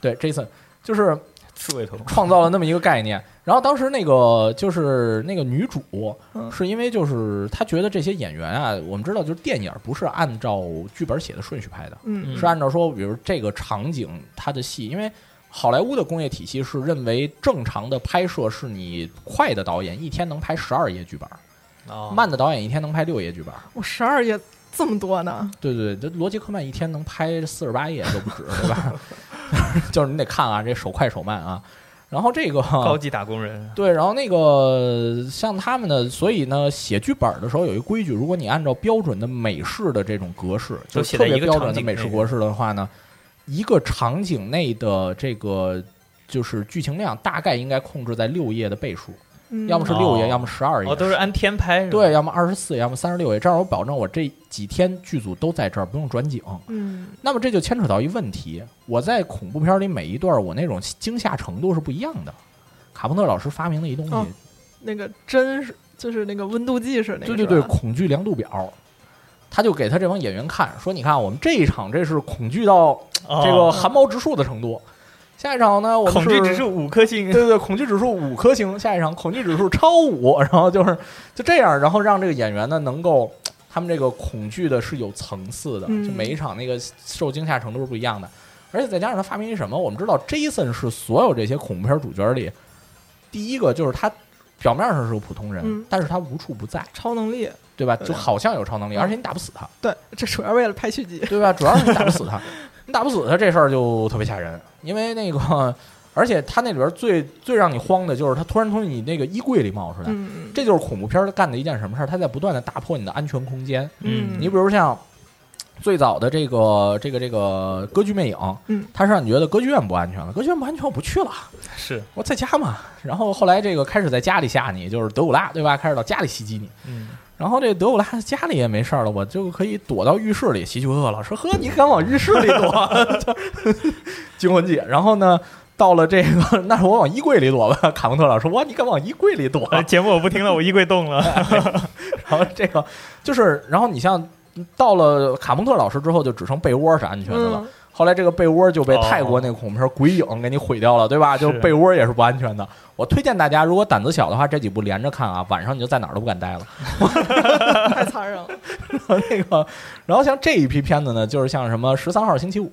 E: 对
D: 呃
E: Jason，就是
C: 刺猬头。
E: 创造了那么一个概念。然后当时那个就是那个女主，
D: 嗯
E: 是因为就是她觉得这些演员啊，我们知道就是电影不是按照剧本写的顺序拍的，
D: 嗯
C: 嗯
E: 是按照说比如这个场景它的戏，因为。好莱坞的工业体系是认为正常的拍摄是你快的导演一天能拍十二页剧本，
C: 哦
E: 慢的导演一天能拍六页剧本。
D: 我十二页这么多呢？
E: 对对对，这罗杰克曼一天能拍四十八页都不止，对吧？ 就是你得看啊，这手快手慢啊。然后这个
C: 高级打工人，
E: 对，然后那个像他们呢，所以呢，写剧本的时候有一个规矩，如果你按照标准的美式的这种格式，就
C: 都
E: 是
C: 写
E: 特
C: 在
E: 别
C: 一个
E: 标
C: 场
E: 准的
C: 景
E: 美
C: 内
E: 式格式的话呢，一个场景内的这个就是剧情量大概应该控制在六页的倍数，
D: 嗯
E: 要么是六页，
C: 哦
E: 要么十二页，
C: 哦，都是按天拍，是吧
E: 啊对，，要么二十四，要么三十六页，这样我保证我这几天剧组都在这儿，不用转景。
D: 嗯
E: 那么这就牵扯到一问题，我在恐怖片里每一段我那种惊吓程度是不一样的。卡朋特老师发明了一东西，
D: 哦那个针是就是那个温度计是那个
E: 对对
D: 是
E: 对，
D: 吧
E: 恐惧量度表，他就给他这帮演员看，说你看我们这一场这是恐惧到
C: 哦
E: 这个汗毛直竖的程度，下一场呢我们
C: 恐惧
E: 是
C: 指数五颗星
E: 对，对对，恐惧指数五颗星，下一场恐惧指数超五，然后就是就这样，然后让这个演员呢能够。他们这个恐惧的是有层次的，
D: 嗯
E: 就每一场那个受惊吓程度是不一样的，而且再加上他发明一什么，我们知道 Jason 是所有这些恐怖片主角里第一个，就是他表面上是个普通人，
D: 嗯
E: 但是他无处不在，
D: 超能力，
E: 对吧？就好像有超能力，而且你打不死他，
D: 对，这主要为了拍 续集。
E: 对吧？主要是你打不死他，你打不死他这事儿就特别吓人，因为那个， 而且他那里边最最让你慌的就是他突然从你那个衣柜里冒出来，
D: 嗯
E: 这就是恐怖片儿干的一件什么事儿？他在不断的打破你的安全空间。
C: 嗯
E: 你比如像最早的这个这个这个《歌剧魅影》，
D: 嗯，
E: 它是让你觉得歌剧院不安全了，歌剧院不安全，我不去了，
C: 是，
E: 我在家嘛。然后后来这个开始在家里吓你，就是德古拉对吧？开始到家里袭击你。
C: 嗯，
E: 然后这德古拉家里也没事儿了，我就可以躲到浴室里。希区柯克老师，呵，你敢往浴室里躲？惊魂记。然后呢，到了这个，那我往衣柜里躲吧。卡蒙特老师，哇，你敢往衣柜里躲？
C: 呃节目我不听了，我衣柜动了。
E: 然后这个就是，然后你像到了卡蒙特老师之后，就只剩被窝是安全的了。
D: 嗯
E: 后来这个被窝就被
C: 哦
E: 泰国那个恐怖片《鬼影》给你毁掉了，对吧？
C: 是
E: 就是被窝也是不安全的。我推荐大家，如果胆子小的话，这几部连着看啊，晚上你就在哪儿都不敢待了。
D: 嗯太残忍了。
E: 那个，然后像这一批片子呢，就是像什么《十三号星期五》。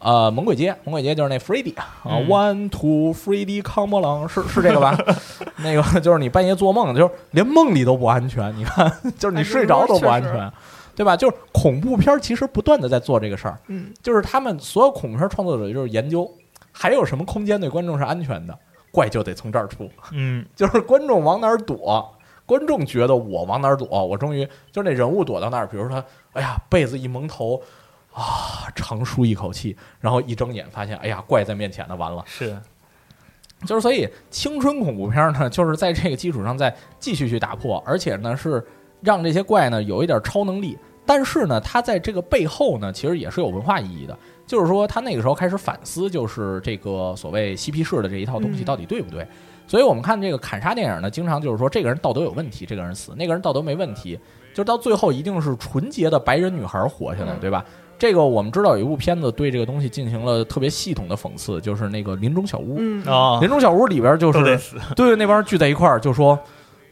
E: 呃，猛鬼街，猛鬼街就是那 Freddy 啊、
C: 嗯
E: o n e Two Freddy 康波朗是是这个吧？ 那个就是你半夜做梦，就是连梦里都不安全。你看，就是你
D: 哎
E: 睡
D: 这
E: 着都
D: 确
E: 不安
D: 实
E: 全，对吧？就是恐怖片儿其实不断的在做这个事儿，
D: 嗯，
E: 就是他们所有恐怖片创作者就是研究还有什么空间对观众是安全的，怪就得从这儿出，
C: 嗯，
E: 就是观众往哪儿躲，观众觉得我往哪儿躲，我终于就是那人物躲到那儿，比如说他，哎呀，被子一蒙头。啊，长舒一口气，然后一睁眼发现，哎呀，怪在面前呢，完了。
C: 是，
E: 就是所以，青春恐怖片呢，就是在这个基础上再继续去打破，而且呢是让这些怪呢有一点超能力，但是呢，它在这个背后呢，其实也是有文化意义的。就是说，他那个时候开始反思，就是这个所谓嬉皮士的这一套东西
D: 嗯
E: 到底对不对。所以我们看这个砍杀电影呢，经常就是说这个人道德有问题，这个人死；那个人道德没问题，就是到最后一定是纯洁的白人女孩活下来，对吧？这个我们知道有一部片子对这个东西进行了特别系统的讽刺，就是那个《林中小屋》。
D: 嗯，
C: 哦
E: 林，中小屋里边就
C: 都得
E: 是
C: 死。
E: 对那帮人聚在一块儿，就说，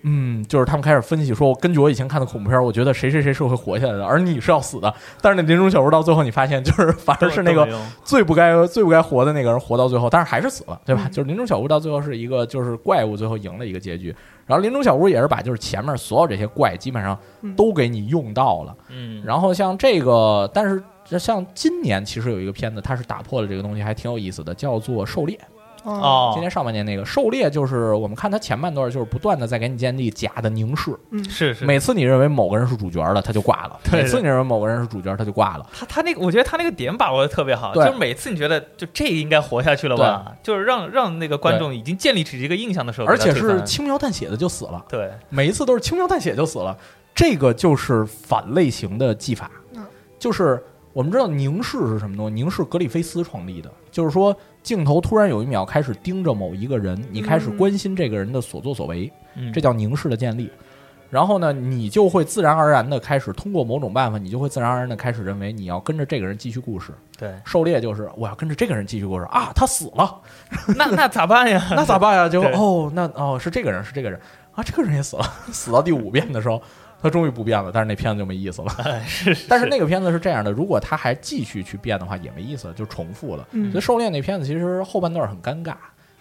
E: 嗯，就是他们开始分析说，根据我以前看的恐怖片儿，我觉得谁谁谁是会活下来的，而你是要死的。但是那林中小屋到最后，你发现就是 反而是那
C: 都没
E: 个
C: 用
E: 最不该最不该活的那个人活到最后，但是还是死了，对吧？
D: 嗯
E: 就是林中小屋到最后是一个就是怪物最后赢了一个结局。然后林中小屋也是把就是前面所有这些怪基本上
D: 嗯
E: 都给你用到了。
C: 嗯，
E: 然后像这个，但是这像今年其实有一个片子，它是打破了这个东西，还挺有意思的，叫做《狩猎》。
D: 哦，
C: 哦，
E: 今年上半年那个狩猎，就是我们看它前半段，就是不断的在给你建立假的凝视。
D: 嗯，
C: 是是，
E: 每次你认为某个人是主角了，他就挂了；
C: 对
E: 每次你认为某个人是主角，他就挂了。
C: 他他那个，我觉得他那个点把握的特别好，就
E: 对
C: 是每次你觉得就这应该活下去了吧，就是让让那个观众已经建立起一个印象的时候，
E: 而且
C: 给他
E: 是
C: 推翻
E: 轻描淡写的就死了，
C: 对，
E: 每一次都是轻描淡写就死
C: 嗯
E: 了。这个就是反类型的技法
D: 嗯，
E: 就是我们知道凝视是什么东西，凝视格里菲斯创立的，就是说镜头突然有一秒开始盯着某一个人，你开始
D: 嗯
E: 关心这个人的所作所为。
C: 嗯，
E: 这叫凝视的建立。然后呢，你就会自然而然的开始通过某种办法，你就会自然而然的开始认为你要跟着这个人继续故事。
C: 对，
E: 狩猎就是我要跟着这个人继续故事啊，他死了，
C: 那 那咋办呀？
E: 那咋办呀？就
C: 对
E: 哦，那哦是这个人是这个人啊，这个人也死了， 死到第五遍的时候，他终于不变了，但是那片子就没意思了。
C: 哎 是，是
E: 但是那个片子是这样的，如果他还继续去变的话，也没意思了，就重复了。
D: 嗯
E: 所以《狩猎》那片子其实后半段很尴尬，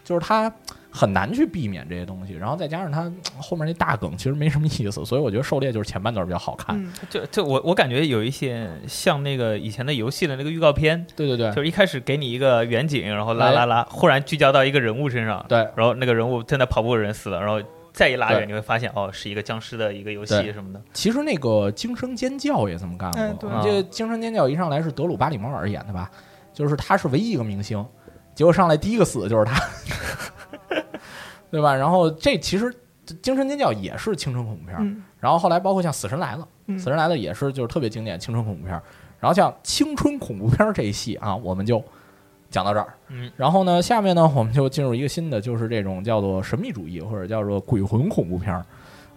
E: 就是他很难去避免这些东西，然后再加上他后面那大梗其实没什么意思，所以我觉得《狩猎》就是前半段比较好看。
D: 嗯
C: 就就我我感觉有一些像那个以前的游戏的那个预告片，
E: 对对对
C: 就是一开始给你一个远景，然后拉
E: 哎
C: 拉拉，忽然聚焦到一个人物身上，
E: 对，
C: 然后那个人物正在跑步的人死了，然后再一拉
E: 对
C: 远，你会发现哦，是一个僵尸的一个游戏
E: 对
C: 什么的，
E: 其实那个《惊声尖叫》也这么干过。
D: 哎对
E: 我记得《惊声尖叫》一上来是德鲁巴里摩尔演的吧？就是他是唯一一个明星，结果上来第一个死的就是 他，对吧？然后这其实《惊声尖叫》也是青春恐怖片儿。
D: 嗯
E: 然后后来包括像《死神来了》，
D: 嗯
E: 死神来了》也是就是特别经典青春恐怖片儿。然后像青春恐怖片儿这一系啊，我们就讲到这儿。
C: 嗯，
E: 然后呢，下面呢我们就进入一个新的，就是这种叫做神秘主义或者叫做鬼魂恐怖片儿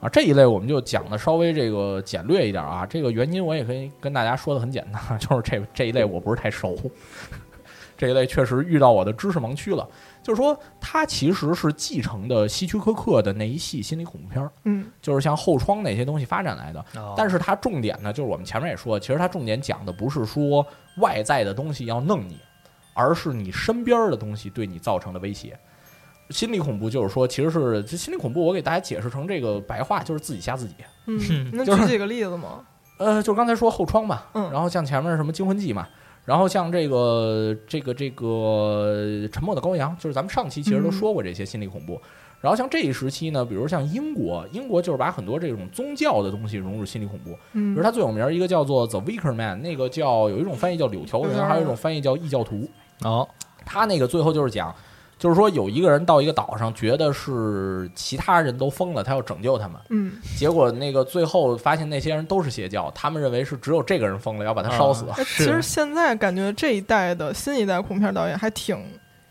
E: 啊这一类，我们就讲的稍微这个简略一点啊。这个原因我也可以跟大家说的很简单，啊 就是这这一类我不是太熟， 这一类确实遇到我的知识盲区了。就是说，它其实是继承的希区柯克的那一系心理恐怖片儿。
D: 嗯
E: 就是像后窗那些东西发展来的。
C: 哦
E: 但是它重点呢，就是我们前面也说，其实它重点讲的不是说外在的东西要弄你，而是你身边的东西对你造成的威胁。心理恐怖就是说，其实是这心理恐怖，我给大家解释成这个白话就是自己吓自己。
D: 嗯
C: 嗯，
D: 能
E: 就
D: 举
E: 是
D: 几个例子吗？
E: 呃，就刚才说后窗嘛，
D: 嗯
E: 然后像前面什么惊魂记嘛，然后像这个这个这个沉默的羔羊，就是咱们上期其实
D: 嗯
E: 都说过这些心理恐怖。然后像这一时期呢，比如像英国，英国就是把很多这种宗教的东西融入心理恐怖，比
D: 嗯
E: 如，它最有名儿一个叫做 The Wicker Man，那个叫有一种翻译叫柳条
D: 柳条
E: 人，
D: 人
E: 还有一种翻译叫异教徒。
C: 哦，
E: 他那个最后就是讲，就是说有一个人到一个岛上，觉得是其他人都疯了，他要拯救他们。
D: 嗯，
E: 结果那个最后发现那些人都是邪教，他们认为是只有这个人疯了，要把他烧死。
D: 哎其实现在感觉这一代的新一代恐怖片导演还挺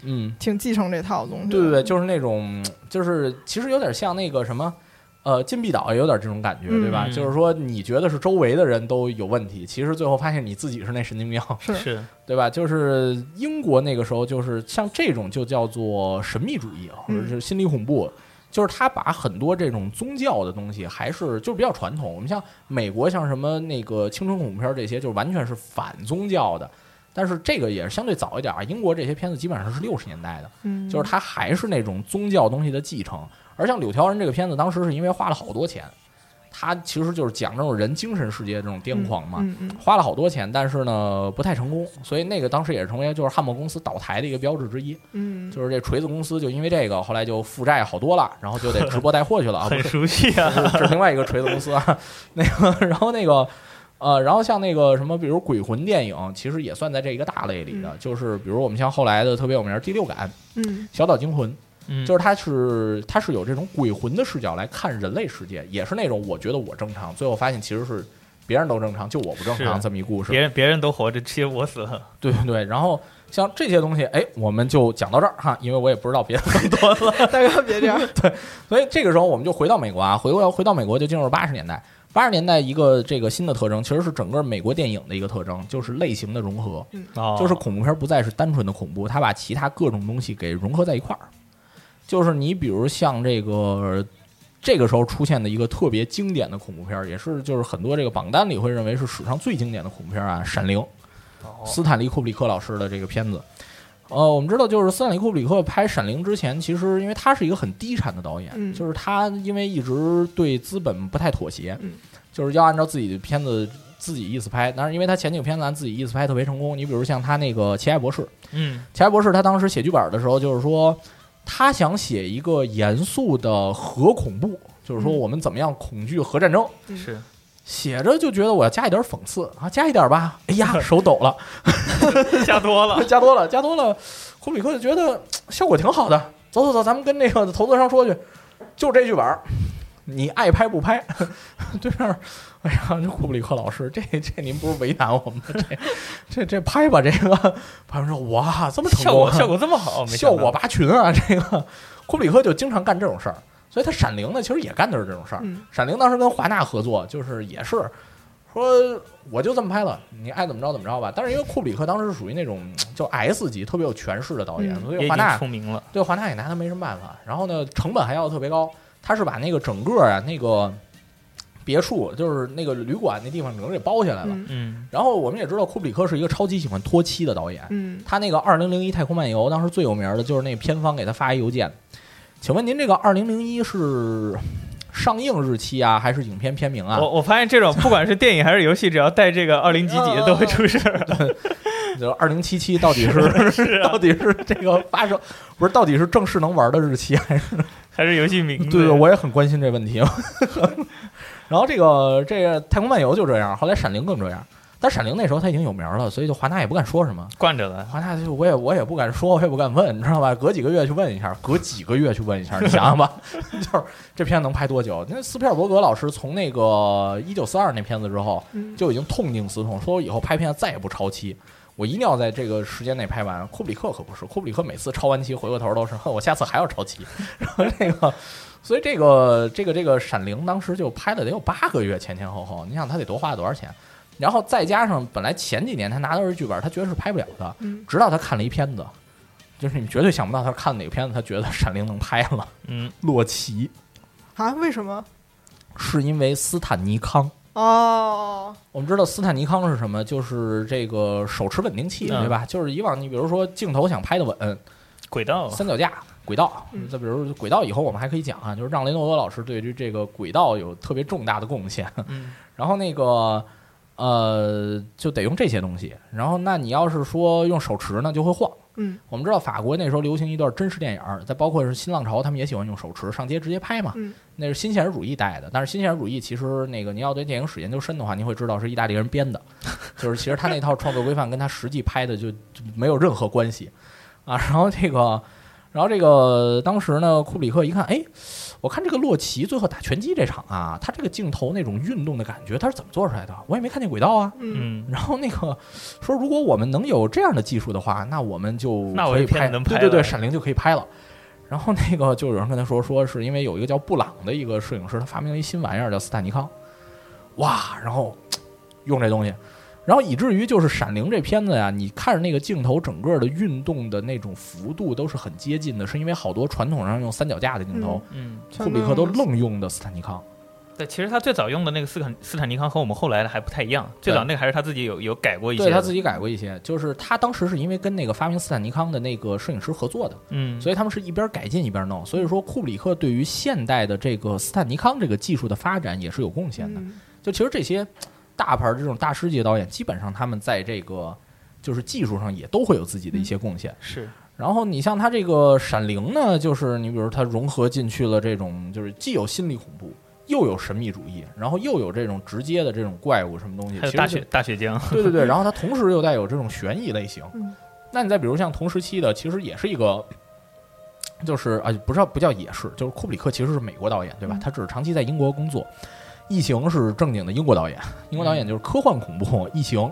E: 嗯，
D: 挺继承这套东西的。
E: 对对对，就是那种，就是其实有点像那个什么。呃，禁闭岛也有点这种感觉，
D: 嗯
E: 对吧？
C: 嗯
E: 就是说，你觉得是周围的人都有问题，其实最后发现你自己是那神经病，
D: 是
C: 是
E: 对吧？就是英国那个时候，就是像这种就叫做神秘主义，或者是心理恐怖，就是他把很多这种宗教的东西，还是就是比较传统。我们像美国，像什么那个青春恐怖片这些，就是完全是反宗教的。但是这个也是相对早一点啊，英国这些片子基本上是六十年代的，
D: 嗯，
E: 就是它还是那种宗教东西的继承。而像《柳条人》这个片子，当时是因为花了好多钱，它其实就是讲这种人精神世界这种癫狂嘛。
D: 嗯嗯
E: 花了好多钱，但是呢不太成功，所以那个当时也成为就是汉默公司倒台的一个标志之一。
D: 嗯，
E: 就是这锤子公司就因为这个，后来就负债好多了，然后就得直播带货去 了啊，不
C: 很
E: 是，
C: 熟悉啊，
E: 这是另外一个锤子公司啊。那个，然后那个。呃，然后像那个什么，比如鬼魂电影，其实也算在这一个大类里的，就是比如我们像后来的特别有名儿《第六感》
D: 嗯
E: 《小岛惊魂》，
C: 嗯
E: 就是它是它是有这种鬼魂的视角来看人类世界，也是那种我觉得我正常，最后发现其实是别人都正常，就我不正常
C: 是
E: 这么一故事。
C: 别人别人都活着，其实我死了，
E: 对对对，然后像这些东西，哎，我们就讲到这儿哈，因为我也不知道别的，
D: 大哥别这样，
E: 所以这个时候我们就回到美国啊，回过回到美国就进入八十年代。八十年代一个这个新的特征，其实是整个美国电影的一个特征，就是类型的融合，
C: 哦，
E: 就是恐怖片不再是单纯的恐怖，它把其他各种东西给融合在一块儿。就是你比如像这个这个时候出现的一个特别经典的恐怖片儿，也是就是很多这个榜单里会认为是史上最经典的恐怖片儿啊，《闪灵》。
C: 哦
E: 斯坦利·库布里克老师的这个片子。呃，我们知道，就是斯坦利·库布里克拍《闪灵》之前，其实因为他是一个很低产的导演，
D: 嗯
E: 就是他因为一直对资本不太妥协，
D: 嗯
E: 就是要按照自己的片子自己意思拍。但是因为他前几个片子按自己意思拍特别成功，你比如像他那个《奇爱博士》，《
C: 嗯
E: 奇爱博士》他当时写剧本的时候，就是说他想写一个严肃的核恐怖，就是说
D: 嗯
E: 我们怎么样恐惧核战争。
C: 是
E: 写着就觉得我要加一点讽刺啊，加一点吧，哎 呀，手抖了。
C: 加多 了，
E: 加多了，加多了。库布里克就觉得效果挺好的，走走走，咱们跟那个投资商说去，就这剧本儿，你爱拍不拍？ 对面，哎呀，这库布里克老师，这这您不是为难我们吗？这这这拍吧，这个 拍完之后，哇，这么成
C: 效
E: 功啊，
C: 果 效果这么好，哦没想
E: 效
C: 到
E: 果拔群啊！这个 库布里克就经常干这种事儿，所以他《闪灵》呢，其实也干的是这种事儿。
D: 嗯
E: 闪灵》当时跟华纳合作，就是也是说我就这么拍了，你爱怎么着怎么着吧。但是因为库布里克当时是属于那种就 S 级特别有权势的导演，
D: 嗯
E: 所
C: 也
E: 以
C: 已
E: 哎华
C: 经
E: 纳
C: 出名了，
E: 对华纳也拿他没什么办法。然后呢，成本还要特别高，他是把那个整个啊那个别墅，就是那个旅馆那地方整个给包下来了。
D: 嗯
C: 嗯
E: 然后我们也知道，库布里克是一个超级喜欢脱漆的导演，
D: 嗯
E: 他那个《二零零一太空漫游》当时最有名的就是那片方给他发一邮件，请问您这个《二零零一》是上映日期啊，还是影片片名啊？
C: 我我发现这种不管是电影还是游戏，只要带这个二零几几的都会出事
E: 嗯
C: 儿。
E: 就二零七七到底 是啊到底是这个发售不是到底是正式能玩的日期还是？
C: 还是游戏名字。
E: 嗯对，我也很关心这问题。 然后这个这个《太空漫游》就这样，后来《闪灵》更这样，但《闪灵》那时候他已经有名了，所以就华纳也不敢说什么。
C: 惯着了，
E: 华纳就我也我也不敢说，我也不敢问，你知道吧？隔几个月去问一下，隔几个月去问一下，你想想吧， 就是这片能拍多久？那斯皮尔伯格老师从那个一九四二那片子之后，
D: 嗯
E: 就已经痛定思痛，说我以后拍片再也不超期，我一定要在这个时间内拍完。库布里克可不是，库布里克每次超完期回过头都是，哼，我下次还要超期。 然后这个，所以这个这个这个《闪灵》当时就拍了得有八个月，前前后后，你想他得多花多少钱？然后再加上本来前几年他拿到这剧本，他觉得是拍不了的，
D: 嗯
E: 直到他看了一片子，就是你绝对想不到他看哪个片子，他觉得《闪灵》能拍了，
C: 嗯，
E: 《洛奇》
D: 啊，为什么？
E: 是因为斯坦尼康。
D: 哦，
E: 我们知道斯坦尼康是什么，就是这个手持稳定器，
C: 嗯
E: 对吧？就是以往你比如说镜头想拍的稳，
C: 轨道
E: 三脚架、轨道
D: 哦嗯，
E: 再比如轨道以后我们还可以讲啊，就是让雷诺多老师对于这个轨道有特别重大的贡献。
C: 嗯
E: 然后那个呃，就得用这些东西。然后那你要是说用手持呢，就会晃。
D: 嗯，
E: 我们知道法国那时候流行一段真实电影儿，再包括是新浪潮，他们也喜欢用手持上街直接拍嘛。
D: 嗯
E: 那是新现实主义带的，但是新现实主义其实那个您要对电影史研究深的话，您会知道是意大利人编的， 就是其实他那套创作规范跟他实际拍的就就没有任何关系啊。然后这个，然后这个当时呢，库布里克一看，哎，我看这个洛奇最后打拳击这场啊，他这个镜头那种运动的感觉，他是怎么做出来的？我也没看见轨道啊。
C: 嗯，
D: 嗯
E: 然后那个说，如果我们能有这样的技术的话，那我们就
C: 那我
E: 可以
C: 这片
E: 拍，
C: 子能
E: 对
C: 拍
E: 对对，
C: 了
E: 闪灵就可以拍了。然后那个就有人跟他说，说是因为有一个叫布朗的一个摄影师，他发明了一新玩意儿叫斯坦尼康，哇，然后嘖用这东西，然后以至于就是《闪灵》这片子呀，你看着那个镜头整个的运动的那种幅度都是很接近的，是因为好多传统上用三脚架的镜头，
C: 嗯，
D: 全
E: 库布里克都愣用的斯坦尼康。
C: 对，其实他最早用的那个斯坦斯坦尼康和我们后来的还不太一样，最早那个还是他自己有有改过一些的，
E: 对他自己改过一些，就是他当时是因为跟那个发明斯坦尼康的那个摄影师合作的，
C: 嗯，
E: 所以他们是一边改进一边弄。所以说，库布里克对于现代的这个斯坦尼康这个技术的发展也是有贡献的。
D: 嗯
E: 就其实这些大牌儿这种大师级的导演，基本上他们在这个就是技术上也都会有自己的一些贡献。
C: 是
E: 然后你像他这个《闪灵》呢，就是你比如它融合进去了这种，就是既有心理恐怖，又有神秘主义，然后又有这种直接的这种怪物什么东西，
C: 还
E: 其
C: 有
E: 实
C: 大
E: 就
C: 血大嗯血浆，
E: 对 对对，然后它同时又带有这种悬疑类型。
D: 嗯
E: 那你再比如像同时期的，其实也是一个，就是啊，不是不叫也是，就是库布里克其实是美国导演，对吧？
D: 嗯
E: 他只是长期在英国工作。异形是正经的英国导演，
D: 嗯
E: 英国导演就是科幻恐怖 异形。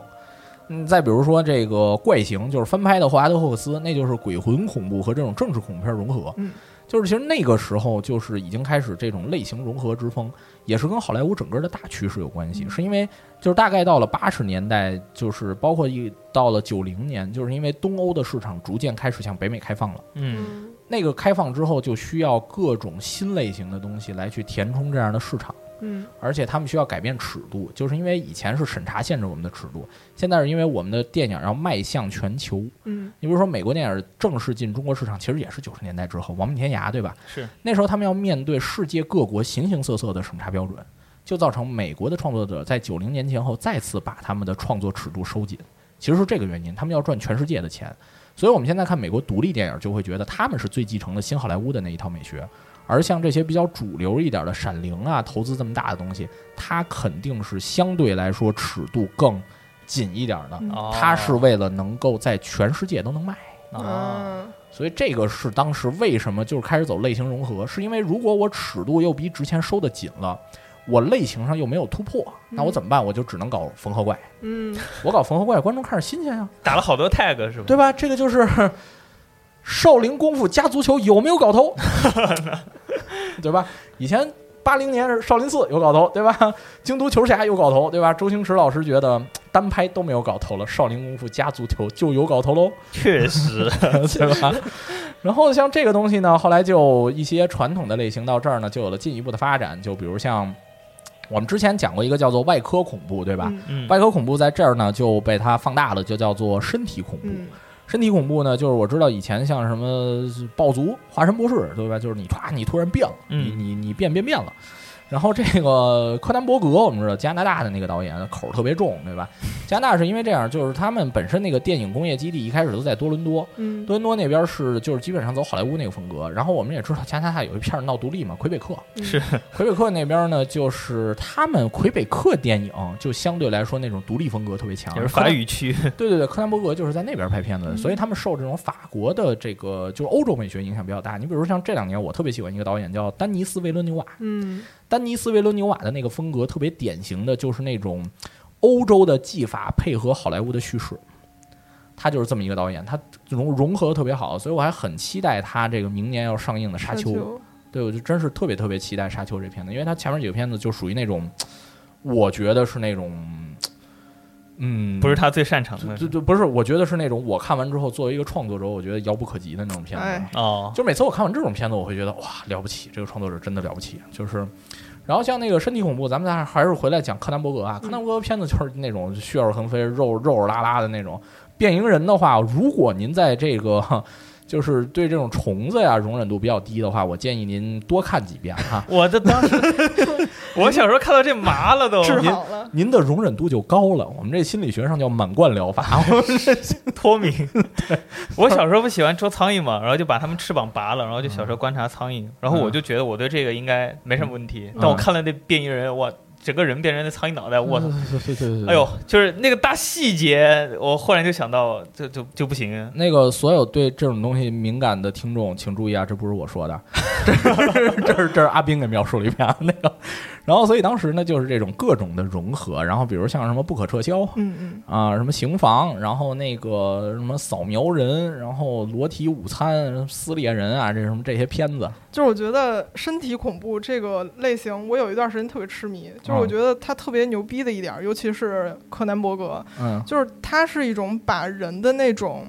E: 嗯，再比如说这个怪形，就是翻拍的霍华德·霍克斯，那就是鬼魂恐怖和这种正式恐怖片融合。
D: 嗯，
E: 就是其实那个时候就是已经开始这种类型融合之风，也是跟好莱坞整个的大趋势有关系，
D: 嗯
E: 是因为就是大概到了八十年代，就是包括一到了九零年，就是因为东欧的市场逐渐开始向北美开放了。
C: 嗯
E: 那个开放之后，就需要各种新类型的东西来去填充这样的市场，
D: 嗯
E: 而且他们需要改变尺度，就是因为以前是审查限制我们的尺度，现在是因为我们的电影要迈向全球。
D: 嗯
E: 你比如说，美国电影正式进中国市场，其实也是九十年代之后，《亡命天涯》对吧？
C: 是
E: 那时候他们要面对世界各国形形色色的审查标准，就造成美国的创作者在九零年前后再次把他们的创作尺度收紧。其实是这个原因，他们要赚全世界的钱，所以我们现在看美国独立电影，就会觉得他们是最继承了新好莱坞的那一套美学。而像这些比较主流一点的《闪灵》啊，投资这么大的东西，它肯定是相对来说尺度更紧一点的。
D: 嗯
C: 哦
E: 它是为了能够在全世界都能卖。
C: 啊，
E: 所以这个是当时为什么就是开始走类型融合，是因为如果我尺度又比之前收的紧了，我类型上又没有突破，那我怎么办？我就只能搞缝合怪。
D: 嗯
E: 我搞缝合怪，观众看着新鲜呀、
C: 打了好多 tag 是吧？
E: 对吧？这个就是 少林功夫加足球有没有搞头， 对吧？以前八零年是少林寺有搞头，对吧？京都球侠有搞头，对吧？周星驰老师觉得单拍都没有搞头了，少林功夫加足球就有搞头喽。
C: 确实，
E: 对吧？然后像这个东西呢，后来就一些传统的类型到这儿呢，就有了进一步的发展。就比如像我们之前讲过一个叫做外科恐怖，对吧？
D: 嗯
C: 嗯，
E: 外科恐怖在这儿呢就被它放大了，就叫做身体恐怖。
D: 嗯
E: 身体恐怖呢，就是我知道以前像什么暴族、化身博士，对吧？就是你歘，你突然变了，你
C: 嗯
E: 你你变变变了。然后这个柯南伯格，我们知道加拿大的那个导演口儿特别重，对吧？加拿大是因为这样，就是他们本身那个电影工业基地一开始都在多伦多，
D: 嗯
E: 多伦多那边是就是基本上走好莱坞那个风格，然后我们也知道加拿大有一片闹独立嘛，魁北克
C: 是
E: 魁北克那边呢，就是他们魁北克电影就相对来说那种独立风格特别强，
C: 也是
E: 柯
C: 法
E: 南
C: 语嗯 区，
E: 对对对，柯南伯格就是在那边拍片子的，所以他们受这种法国的这个就是欧洲美学影响比较大。你比如像这两年我特别喜欢一个导演叫丹尼斯·维伦纽瓦，
D: 嗯
E: 丹尼斯·维伦纽瓦的那个风格特别典型的就是那种欧洲的技法配合好莱坞的叙事，他就是这么一个导演，他融融合得特别好，所以我还很期待他这个明年要上映的《沙丘》。对，我就真是特别特别期待《沙丘》这片子，因为它前面几个片子就属于那种，我觉得是那种，嗯，
C: 不是他最擅长的
E: 就，就就不是，我觉得是那种我看完之后，作为一个创作者，我觉得遥不可及的那种片子。
D: 哎
C: 哦，，
E: 就每次我看完这种片子，我会觉得哇，了不起，这个创作者真的了不起。就是，然后像那个身体恐怖，咱们还还是回来讲柯南伯格啊。柯南伯格片子就是那种血肉横飞、肉肉拉拉的那种，变蝇人的话，如果您在这个就是对这种虫子呀容忍度比较低的话，我建议您多看几遍啊哈
C: 我的当时，我小时候看到这麻了都，
D: 治好了。
E: 您的容忍度就高了。我们这心理学上叫满贯疗法，我们这
C: 脱 敏。我小时候不喜欢捉苍蝇嘛，然后就把它们翅膀拔了，然后就小时候观察苍蝇，然后我就觉得我对这个应该没什么问题。但我看了那变异人，我整个人变成那苍蝇脑袋，我操！
E: 对对对对
C: 哎呦，就是那个大细节，我忽然就想到，就就就不行。
E: 那个所有对这种东西敏感的听众，请注意啊，这不是我说的， 这是这是这是阿斌给描述了一遍啊那个。然后，所以当时呢，就是这种各种的融合，然后比如像什么不可撤销
D: 嗯嗯，
E: 啊、什么刑房，然后那个什么扫描人，然后裸体午餐、撕裂人啊，这什么这些片子，
D: 就是我觉得身体恐怖这个类型，我有一段时间特别痴迷。就是
E: 嗯
D: 我觉得它特别牛逼的一点儿，尤其是柯南伯格，
E: 嗯
D: 就是它是一种把人的那种，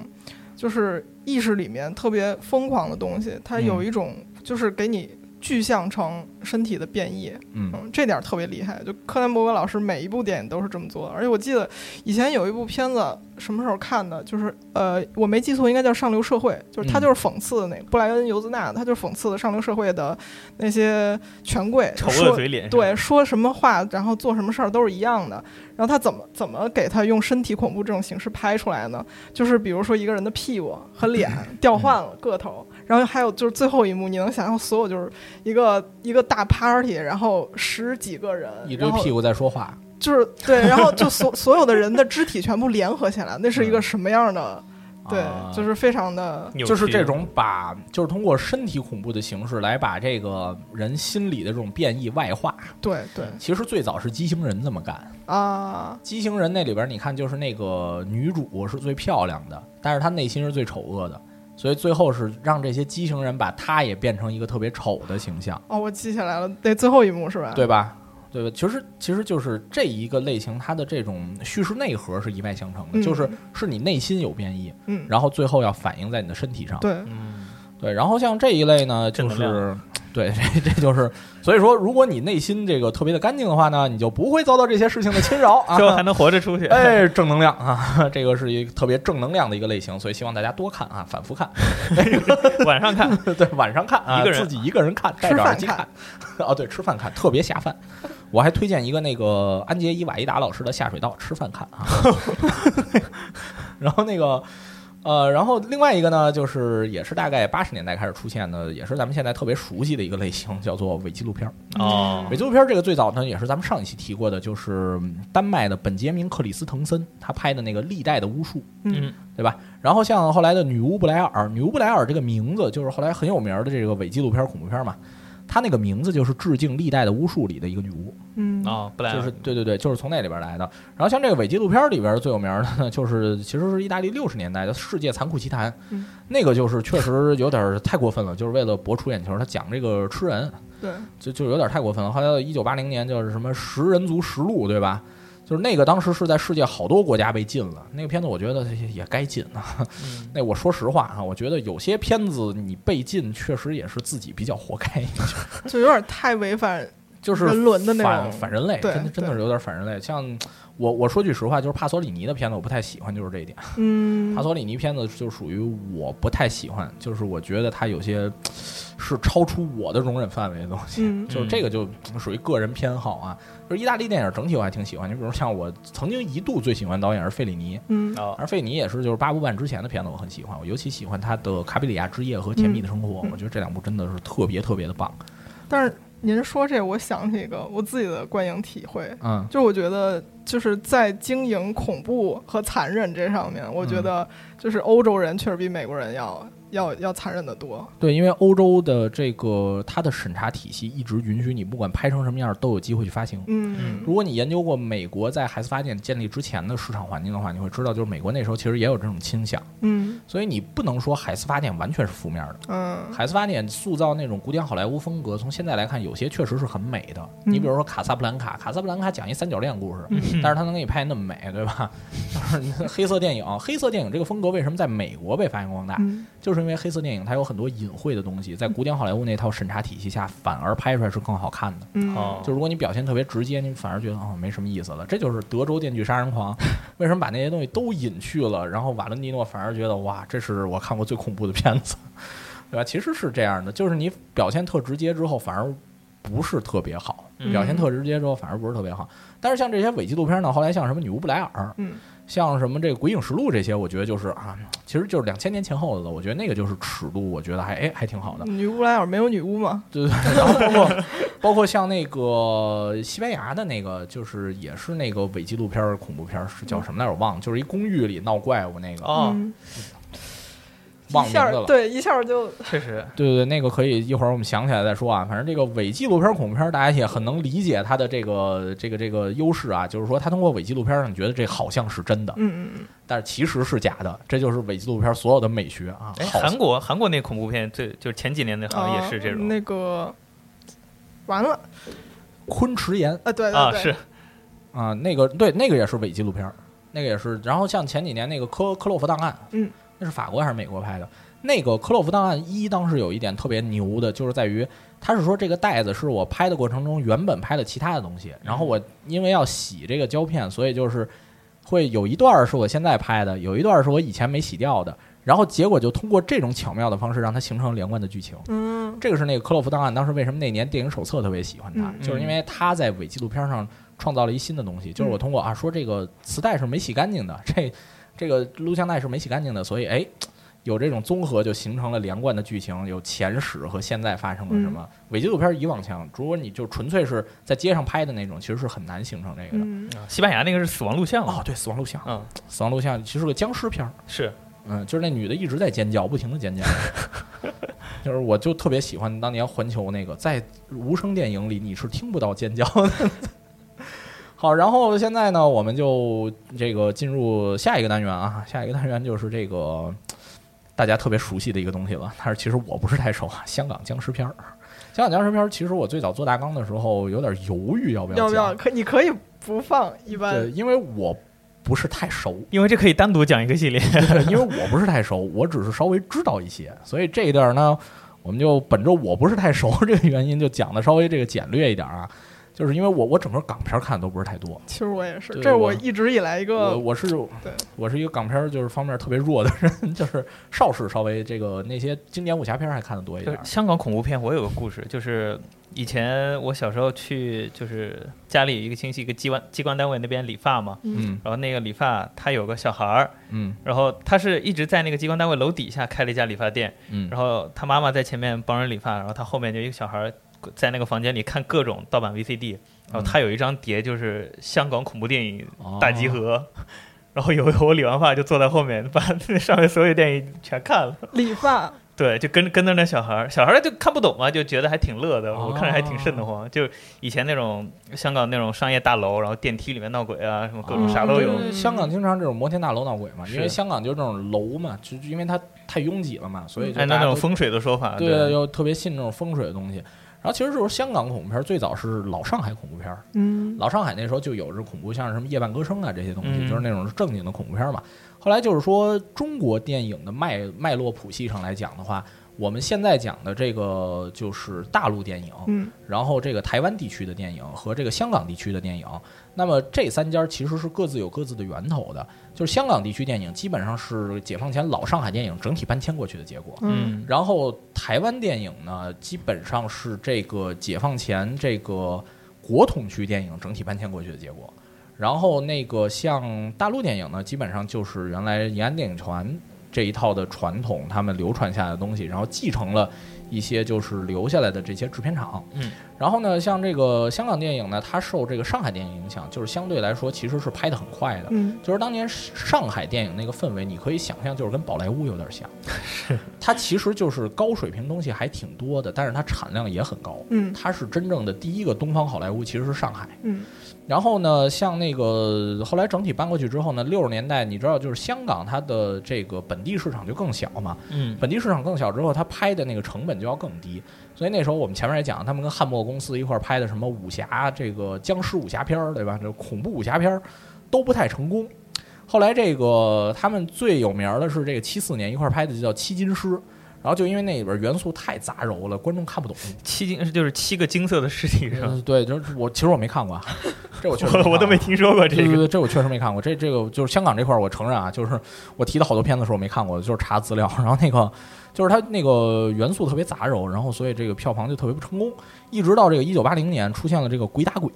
D: 就是意识里面特别疯狂的东西，它
E: 嗯
D: 有一种就是给你具象成身体的变异，
E: 嗯
D: 嗯，这点儿特别厉害。就柯南伯格老师每一部电影都是这么做的，而且我记得以前有一部片子，什么时候看的？就是呃，我没记错，应该叫《上流社会》，就是他
E: 嗯
D: 就是讽刺那个布莱恩·尤兹纳，他就是讽刺的上流社会的那些权贵，
C: 丑
D: 说
C: 恶嘴
E: 哎
C: 脸，
D: 对，，说什么话，然后做什么事儿都是一样的。然后他怎么怎么给他用身体恐怖这种形式拍出来呢？就是比如说一个人的屁股 和脸调换了个头，然后还有就是最后一幕，你能想象所有就是一个一个大 party，然后十几个人，
E: 一堆
D: 然后
E: 屁股在说话，
D: 就是对，然后 就所所有的人的肢体全部联合起来，那是一个什么样的？对
E: 嗯啊，
D: 就是非常的。
C: 扭曲
E: 就是这种把就是通过身体恐怖的形式来把这个人心理的这种变异外化。
D: 对对
E: 其实最早是畸形人这么干。
D: 啊，
E: 畸形人那里边，你看就是那个女主是最漂亮的，但是她内心是最丑恶的，所以最后是让这些畸形人把她也变成一个特别丑的形象，
D: 哦，我记下来了，那最后一幕是吧？
E: 对吧？对吧？其实其实就是这一个类型，它的这种叙事内核是一脉相承的，
D: 嗯
E: 就是是你内心有变异，
D: 嗯，
E: 然后最后要反映在你的身体上。
D: 对，
C: 嗯，
E: 对，然后像这一类呢，就
C: 正能
E: 是对，这这就是，所以说，如果你内心这个特别的干净的话呢，你就不会遭到这些事情的侵扰啊。
C: 最后还能活着出 去。
E: 哎，正能量啊， 这个是一个特别正能量的一个类型，所以希望大家多看啊，反复看，
C: 晚上看，
E: 对，晚上看啊，
C: 一个人
E: 自己一个人看，戴着耳机看， 哦，对，吃饭看，特别下饭。我还推荐一个那个安杰伊瓦伊达老师的《下水道》，吃饭看 啊。然后那个。呃，然后另外一个呢，就是也是大概八十年代开始出现的，也是咱们现在特别熟悉的一个类型，叫做伪纪录片儿。
C: 哦
E: 伪纪录片儿这个最早呢，也是咱们上一期提过的，就是丹麦的本杰明·克里斯滕森他拍的那个《历代的巫术》，
C: 嗯，
E: 对吧？然后像后来的女巫布莱尔，女巫布莱尔这个名字就是后来很有名儿的这个伪纪录片儿恐怖片儿嘛，她那个名字就是致敬《历代的巫术》里的一个女巫，
D: 嗯，
E: 啊
C: 哦，不来
E: 就是对对对，就是从那里边儿来的。然后像这个伪纪录片儿里边儿最有名儿的呢，就是其实是意大利六十年代的《世界残酷奇谭》
D: 嗯
E: 那个就是确实有点儿太过分了，就是为了博出眼球，他讲这个吃人，
D: 对，
E: 就就有点太过分了。后来到一九八零年，就是什么食人族实录，对吧？就是那个当时是在世界好多国家被禁了，那个片子我觉得也也该禁啊。
C: 嗯
E: 那我说实话啊，我觉得有些片子你被禁，确实也是自己比较活该，
D: 就有点太违反
E: 就是
D: 人伦的那
E: 反
D: 种
E: 反人类，
D: 对
E: 真的真的
D: 对
E: 是有点反人类。像我我说句实话，就是帕索里尼的片子我不太喜欢，就是这一点。
D: 嗯
E: 帕索里尼片子就属于我不太喜欢，就是我觉得它有些是超出我的容忍范围的东西。
D: 嗯
E: 就是这个就属于个人偏好啊。就是意大利电影整体我还挺喜欢，你比如像我曾经一度最喜欢导演是费里尼，
D: 嗯
C: 哦，
E: 而费里尼也是就是八部半之前的片子我很喜欢，我尤其喜欢他的《卡比里亚之夜》和《甜蜜的生活》，
D: 嗯
E: 我觉得这两部真的是特别特别的棒。
D: 但是您说这，我想起一个我自己的观影体会，
E: 嗯
D: 就是我觉得就是在经营恐怖和残忍这上面，我觉得就是欧洲人确实比美国人要要要残忍的多。
E: 对，因为欧洲的这个它的审查体系一直允许你不管拍成什么样都有机会去发行。
D: 嗯
E: 如果你研究过美国在海斯法典建立之前的市场环境的话，你会知道，就是美国那时候其实也有这种倾向，
D: 嗯
E: 所以你不能说海斯法典完全是负面的。
D: 嗯
E: 海斯法典塑造那种古典好莱坞风格，从现在来看，有些确实是很美的。
D: 嗯
E: 你比如说《卡萨布兰卡》，《卡萨布兰卡》讲一三角恋故事， 但是他能给你拍那么 美，对吧？就是黑色电影，黑色电影这个风格为什么在美国被发扬光大？
D: 嗯
E: 就是就是因为黑色电影它有很多隐晦的东西，在古典好莱坞那套审查体系下，反而拍出来是更好看的。
D: 嗯，
C: 哦，
E: 就如果你表现特别直接，你反而觉得哦没什么意思了。这就是德州电锯杀人 狂，为什么把那些东西都隐去了？然后瓦伦蒂诺反而觉得哇，这是我看过最恐怖的片子，对吧？其实是这样的，就是你表现特直接之后，反而不是特别好；
C: 嗯
E: 表现特直接之后，反而不是特别好。但是像这些伪纪录片呢，后来像什么《女巫布莱尔》，
D: 嗯，
E: 像什么这个《鬼影实录》这些，我觉得就是啊，其实就是两千年前后的了。我觉得那个就是尺度，我觉得还哎还挺好的。
D: 女巫莱尔没有女巫嘛？
E: 对对，对，然后包括包括像那个西班牙的那个，就是也是那个伪纪录片儿、恐怖片儿，是叫什么来着？我忘了，就是一公寓里闹怪物那个，
C: 哦，
D: 嗯
E: 忘
D: 一
E: 名字
D: 下
E: 了
D: 儿。对，一下儿就
C: 确实，
E: 对对对，那个可以一会儿我们想起来再说啊。反正这个伪纪录片、恐怖片，大家也很能理解它的这个这个这个优势啊，就是说它通过伪纪录片让你觉得这好像是真的，
D: 嗯嗯
E: 但是其实是假的，这就是伪纪录片所有的美学啊。
C: 哎，
E: 好
C: 韩国韩国那恐怖片最就是前几年那
D: 嗯，
C: 好像也
D: 啊
C: 是这种
D: 那个完了
E: 昆池岩
D: 啊，对对
C: 啊，
D: 对，
C: 是
E: 啊，那个对，那个也是伪纪录片，儿，那个也是。然后像前几年那个科科洛弗档案，
D: 嗯，
E: 那是法国还是美国拍的？那个科洛弗档案一当时有一点特别牛的，就是在于他是说这个袋子是我拍的过程中原本拍的其他的东西，然后我因为要洗这个胶片，所以就是会有一段儿是我现在拍的，有一段儿是我以前没洗掉的，然后结果就通过这种巧妙的方式让它形成连贯的剧情。
D: 嗯
E: 这个是那个克洛夫档案，当时为什么那年电影手册特别喜欢他，
D: 嗯
E: 就是因为他在伪纪录片上创造了一新的东西，就是我
D: 嗯
E: 通过啊说这个磁带是没洗干净的，这这个录像带是没洗干净的，所以哎。有这种综合，就形成了连贯的剧情，有前史和现在发生了什么。
D: 嗯
E: 伪纪录片以往强，如果你就纯粹是在街上拍的那种，其实是很难形成这个的。
D: 嗯
C: 啊西班牙那个是死亡录像
E: 哦
C: 啊，，
E: 对，死亡录像，
C: 嗯，
E: 死亡录像其实是个僵尸片儿，
C: 是
E: 嗯，就是那女的一直在尖叫，不停的尖叫。就是我就特别喜欢当年环球那个，在无声电影里你是听不到尖叫的。 好，然后现在呢，我们就这个进入下一个单元啊，下一个单元就是这个大家特别熟悉的一个东西了，但是其实我不是太熟啊，香港僵尸片儿。香港僵尸片儿，其实我最早做大纲的时候有点犹豫要不
D: 要
E: 要
D: 不
E: 讲
D: 要，可你可以不放一
E: 对，
D: 般，
E: 因为我不是太熟，
C: 因为这可以单独讲一个系列，
E: 对，因为我不是太熟，我只是稍微知道一些，所以这一段呢，我们就本着我不是太熟 这个原因，就讲的稍微这个简略一点啊。就是因为我我整个港片儿看的都不是太多，
D: 其实我也是，
E: 对
D: 这是
E: 我
D: 我一直以来一
E: 我
D: 个
E: 我是
D: 对
E: 我是一个港片儿就是方面特别弱的人， 就是邵氏稍微这个那些经典武侠片儿还看的多一
C: 就
E: 点
C: 是
E: 儿。
C: 香港恐怖片，我有个故事，就是以前我小时候去，就是家里一个亲戚一个机关机关单位那边理发嘛，
E: 嗯
C: 然后那个理发他有个小孩儿，
E: 嗯
C: 然后他是一直在那个机关单位楼底下开了一家理发店，
E: 嗯，
C: 然后他妈妈在前面帮人理发，然后他后面就一个小孩儿在那个房间里看各种盗版 VCD，然后他有一张碟就是香港恐怖电影
E: 哦
C: 大集合。然后有 一回我理完发就坐在后面，把那上面所有电影全看了。
D: 理发，
C: 对，就跟跟着那小孩儿，小孩儿就看不懂嘛，就觉得还挺乐的，
E: 哦
C: 我看着还挺瘆得慌。就以前那种香港那种商业大楼，然后电梯里面闹鬼啊，什么各种啥都有。
D: 哦
E: 嗯香港经常这种摩天大楼闹鬼嘛，因为
C: 是
E: 香港就这种楼嘛，就就因为它太拥挤了嘛，所以就
C: 按照
E: 大
C: 哎那
E: 家
C: 种
E: 都
C: 风水的说法，
E: 对，啊又特别信这种风水的东西。然后其实就是香港恐怖片儿最早是老上海恐怖片儿，
D: 嗯
E: 老上海那时候就有这恐怖，像是什么夜半歌声啊这些东西，
C: 嗯
E: 就是那种正经的恐怖片儿嘛。后来就是说中国电影的脉脉络谱系上来讲的话，我们现在讲的这个就是大陆电影，
D: 嗯
E: 然后这个台湾地区的电影和这个香港地区的电影，那么这三家其实是各自有各自的源头的。就是香港地区电影基本上是解放前老上海电影整体搬迁过去的结果，
C: 嗯，
E: 然后台湾电影呢，基本上是这个解放前这个国统区电影整体搬迁过去的结果。然后那个像大陆电影呢，基本上就是原来延安电影团这一套的传统，他们流传下来的东西，然后继承了一些就是留下来的这些制片厂。
C: 嗯，
E: 然后呢，像这个香港电影呢，它受这个上海电影影响，就是相对来说其实是拍得很快的。
D: 嗯
E: 就是当年上海电影那个氛围，你可以想象，就是跟宝莱坞有点像。它其实就是高水平东西还挺多的，但是它产量也很高。
D: 嗯
E: 它是真正的第一个东方好莱坞，其实是上海。
D: 嗯
E: 然后呢，像那个后来整体搬过去之后呢，六十年代你知道，就是香港它的这个本地市场就更小嘛，
C: 嗯，
E: 本地市场更小之后，它拍的那个成本就要更低。所以那时候我们前面也讲，他们跟汉默公司一块儿拍的什么武侠这个僵尸武侠片儿，对吧？这恐怖武侠片儿都不太成功。后来这个他们最有名儿的是这个七四年一块儿拍的，就叫《七金师》。然后就因为那里边元素太杂糅了，观众看 不懂。
C: 七金就是七个金色的尸体是吧？
E: 嗯对，就是我其实我没看过啊，这我确实
C: 我我 都没
E: 看过
C: 听说过这
E: 对对
C: 个。
E: 对，这我确实没看过。这这个就是香港这块儿，我承认啊，就是我提到好多片子的时候我没看过，就是查资料， 然后那个就是它那个元素特别杂糅，然后所以这个票房就特别不成功。一直到这个一九八零年出现了这个《鬼打鬼》，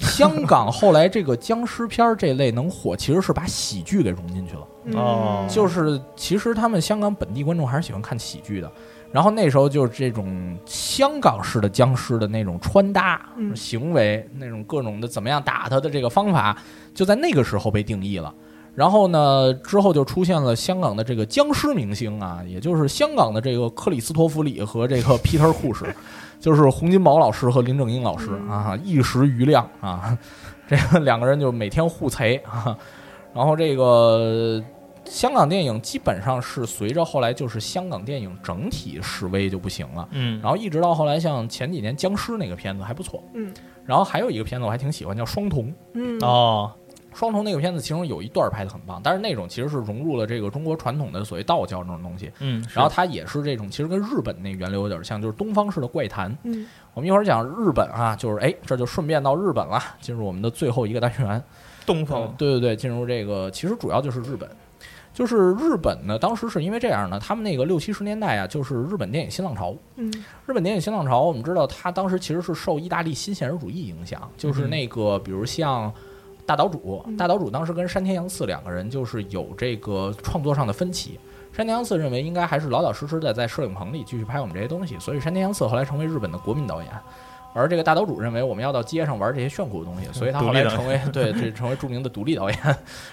E: 香港后来这个僵尸片儿这类能火，其实是把喜剧给融进去了。
D: 嗯
C: 哦
E: 就是其实他们香港本地观众还是喜欢看喜剧的。然后那时候就是这种香港式的僵尸的那种穿搭、
D: 嗯
E: 行为，那种各种的怎么样打他的这个方法，就在那个时候被定义了。然后呢，之后就出现了香港的这个僵尸明星啊，也就是香港的这个克里斯托弗里和这个皮特库什，就是洪金宝老师和林正英老师啊，一时瑜亮啊， 这个两个人就每天互锤啊。然后这个香港电影基本上是随着后来就是香港电影整体示威就不行了，
C: 嗯，
E: 然后一直到后来像前几年僵尸那个片子还不错，
D: 嗯，
E: 然后还有一个片子我还挺喜欢叫《双瞳》，
D: 嗯
C: 哦，
E: 双瞳那个片子其中有一段拍的很棒，但是那种其实是融入了这个中国传统的所谓道教这种东西，
C: 嗯，是
E: 然后它也是这种其实跟日本那源流有点像，就是东方式的怪谈。
D: 嗯，
E: 我们一会儿讲日本啊，就是哎，这就顺便到日本了，进入我们的最后一个单元。
C: 东
E: 呃
C: 方，
E: 对对对，进入这个其实主要就是日本，就是日本呢，当时是因为这样呢，他们那个六七十年代啊，就是日本电影新浪潮。
D: 嗯
E: 日本电影新浪潮，我们知道它当时其实是受意大利新现实主义影响，
C: 嗯
E: 就是那个比如像。大岛主，大岛主当时跟山田洋次两个人就是有这个创作上的分歧。山田洋次认为应该还是老老实实的在摄影棚里继续拍我们这些东西，所以山田洋次后来成为日本的国民导演。而这个大岛主认为我们要到街上玩这些炫酷的东西，所以他后来
C: 独立导
E: 成为对这成为著名的独立导演。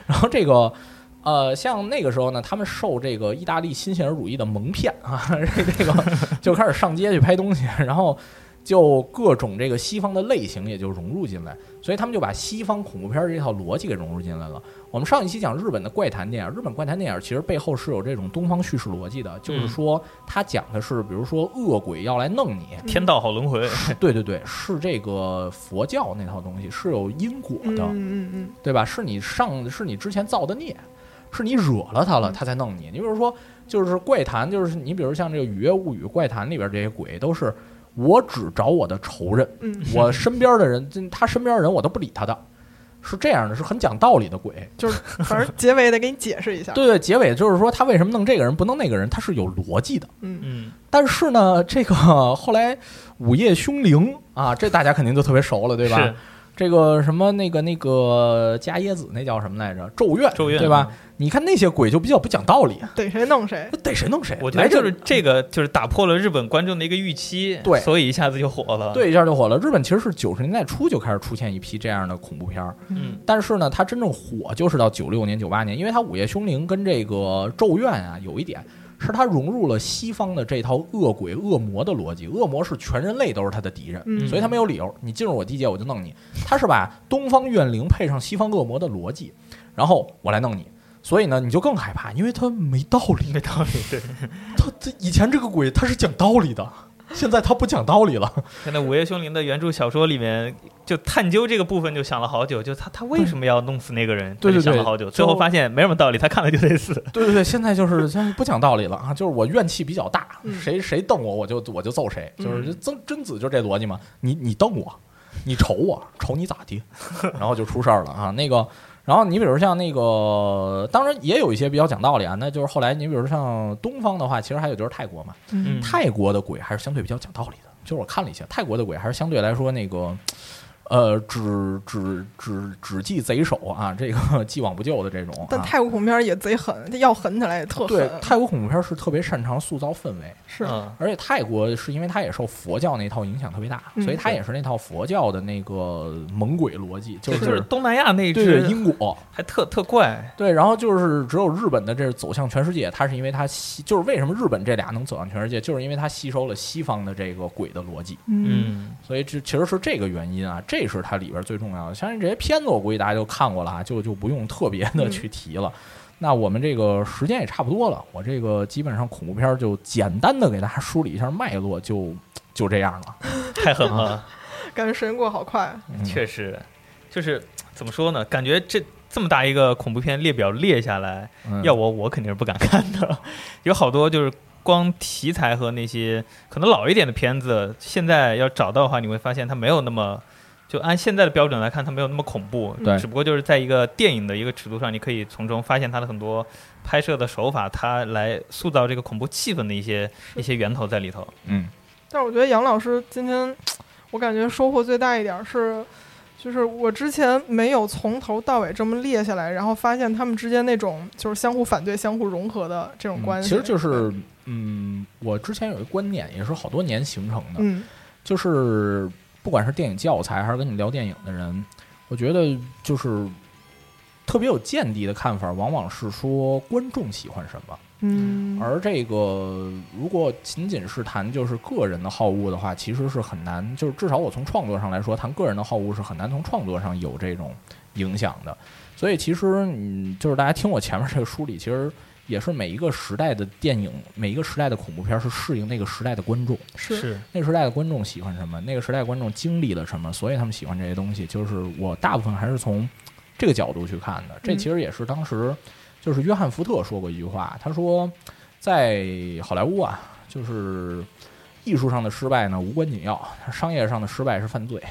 E: 然后这个呃，像那个时候呢，他们受这个意大利新现实主义的蒙骗啊， 这这个就开始上街去拍东西， 然后就各种这个西方的类型也就融入进来，所以他们就把西方恐怖片这套逻辑给融入进来了。我们上一期讲日本的怪谈电影，日本怪谈电影其实背后是有这种东方叙事逻辑的，就是说它讲的是，比如说恶鬼要来弄你，
C: 天道好轮回，
E: 对对对，是这个佛教那套东西是有因果
D: 嗯
E: 的，
D: 嗯嗯
E: 对吧？是你上是你之前造的孽，是你惹了他了，他才弄你。你比如说，就是怪谈，就是你比如像这个《雨夜物语》怪谈里边这些鬼，都是我只找我的仇人，
D: 嗯，
E: 我身边的人，真他身边的人我都不理他的，是这样的，是很讲道理的鬼。
D: 就是反正结尾得给你解释一下。
E: 对对，结尾就是说他为什么弄这个人不弄那个人，他是有逻辑的。
D: 嗯
C: 嗯，
E: 但是呢，这个后来《午夜凶铃》啊，这大家肯定都特别熟了，对吧？
C: 是
E: 这个什么那个那个加椰子那叫什么来着？咒怨，
C: 咒怨
E: 对吧？你看那些逮鬼就比较不讲道理，
D: 逮谁弄谁，
E: 逮谁弄谁，
C: 嗯我觉得就是
E: 来这
C: 这个，就是打破了日本观众的一个预期，
E: 对
C: 所以一下子就火了。，
E: 对一下就火了。日本其实是九十年代初就开始出现一批这样的恐怖片儿，
C: 嗯，
E: 但是呢，它真正火就是到九六年、九八年，因为它《午夜凶铃》跟这个《咒怨》啊有一点。是它融入了西方的这套恶鬼、恶魔的逻辑，恶魔是全人类都是他的敌人，
D: 嗯
E: 所以他没有理由，你进入我地界我就弄你。他是把东方怨灵配上西方恶魔的逻辑，然后我来弄你，所以呢你就更害怕，因为他没道理，
C: 没道理。 对，
E: 他他以前这个鬼他是讲道理的，现在他不讲道理了。
C: 现在《午夜凶铃》的原著小说里面，就探究这个部分就想了好久，就他他为什么要弄死那个人，
E: 对
C: 他
E: 对
C: 就想
E: 对
C: 了好久，
E: 就
C: 最后发现没什么道理，他看了就得死。
E: 对对对，现在就是现在不讲道理了啊！就是我怨气比较大，
D: 嗯
E: 谁谁瞪我我就我就揍谁，就是
D: 嗯
E: 曾贞子就这逻辑嘛。你你瞪我，你瞅我，瞅你咋 地，然后就出事儿了啊！那个，然后你比如像那个，当然也有一些比较讲道理啊，那就是后来你比如像东方的话，其实还有就是泰国嘛，
C: 嗯，
E: 泰国的鬼还是相对比较讲道理的。就是我看了一下，泰国的鬼还是相对来说那个，呃，只只只只记贼首啊，这个 既往不咎的这种、啊。
D: 但泰国恐怖片也贼狠，要狠起来也 特
E: 对
D: 狠。
E: 泰国恐怖片是特别擅长塑造氛围，
D: 是
C: 嗯
E: 而且泰国是因为它也受佛教那套影响特别大，
D: 嗯
E: 所以它也是那套佛教的那个猛鬼逻辑，就
C: 对
E: 是
C: 就是东南亚那一
E: 对对
C: 支
E: 因果
C: 还特特怪，
E: 对，然后就是只有日本的这是走向全世界，它是因为它吸，就是为什么日本这俩能走向全世界，就是因为它吸收了西方的这个鬼的逻辑，
C: 嗯，
E: 所以这其实是这个原因啊，这是它里边最重要的。相信这些片子我估计大家都看过了啊，就就不用特别
D: 嗯
E: 的去提了。那我们这个时间也差不多了，我这个基本上恐怖片儿就简单的给大家梳理一下脉络，就就这样了。
C: 嗯太狠了，
D: 感觉时间过得好快。
E: 嗯
C: 确实，就是怎么说呢？感觉这这么大一个恐怖片列表列下来，
E: 嗯
C: 要我我肯定是不敢看的。有好多就是光题材和那些可能老一点的片子，现在要找到的话，你会发现它没有那么。就按现在的标准来看，它没有那么恐怖，
E: 对
C: 只不过就是在一个电影的一个尺度上，你可以从中发现它的很多拍摄的手法，它来塑造这个恐怖气氛的一些一些源头在里头。
E: 嗯
D: 但是我觉得杨老师今天，我感觉收获最大一点儿是，就是我之前没有从头到尾这么列下来，然后发现他们之间那种就是相互反对、相互融合的这种关
E: 嗯
D: 系。
E: 其实就是嗯，我之前有一个观念，也是好多年形成的，
D: 嗯，
E: 就是不管是电影教材还是跟你聊电影的人，我觉得就是特别有见地的看法，往往是说观众喜欢什么。
D: 嗯嗯，
E: 而这个如果仅仅是谈就是个人的好恶的话，其实是很难，就是至少我从创作上来说，谈个人的好恶是很难从创作上有这种影响的。所以其实嗯，就是大家听我前面这个梳理，其实也是每一个时代的电影，每一个时代的恐怖片是适应那个时代的观众。
D: 是，
E: 那个时代的观众喜欢什么，那个时代观众经历了什么，所以他们喜欢这些东西。就是我大部分还是从这个角度去看的。这
D: 嗯
E: 其实也是当时就是约翰·福特说过一句话，他说在好莱坞啊，就是艺术上的失败呢无关紧要，商业上的失败是犯罪。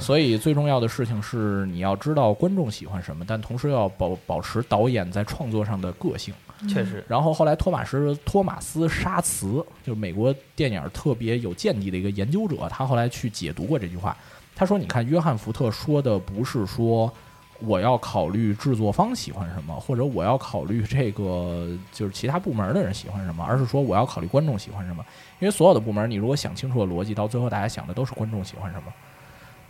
E: 所以最重要的事情是你要知道观众喜欢什么，但同时要保保持导演在创作上的个性。
C: 确实，
E: 然后后来托马斯托马斯沙茨，就是美国电影特别有见地的一个研究者，他后来去解读过这句话。他说：“你看，约翰福特说的不是说我要考虑制作方喜欢什么，或者我要考虑这个就是其他部门的人喜欢什么，而是说我要考虑观众喜欢什么。因为所有的部门，你如果想清楚了逻辑，到最后大家想的都是观众喜欢什么。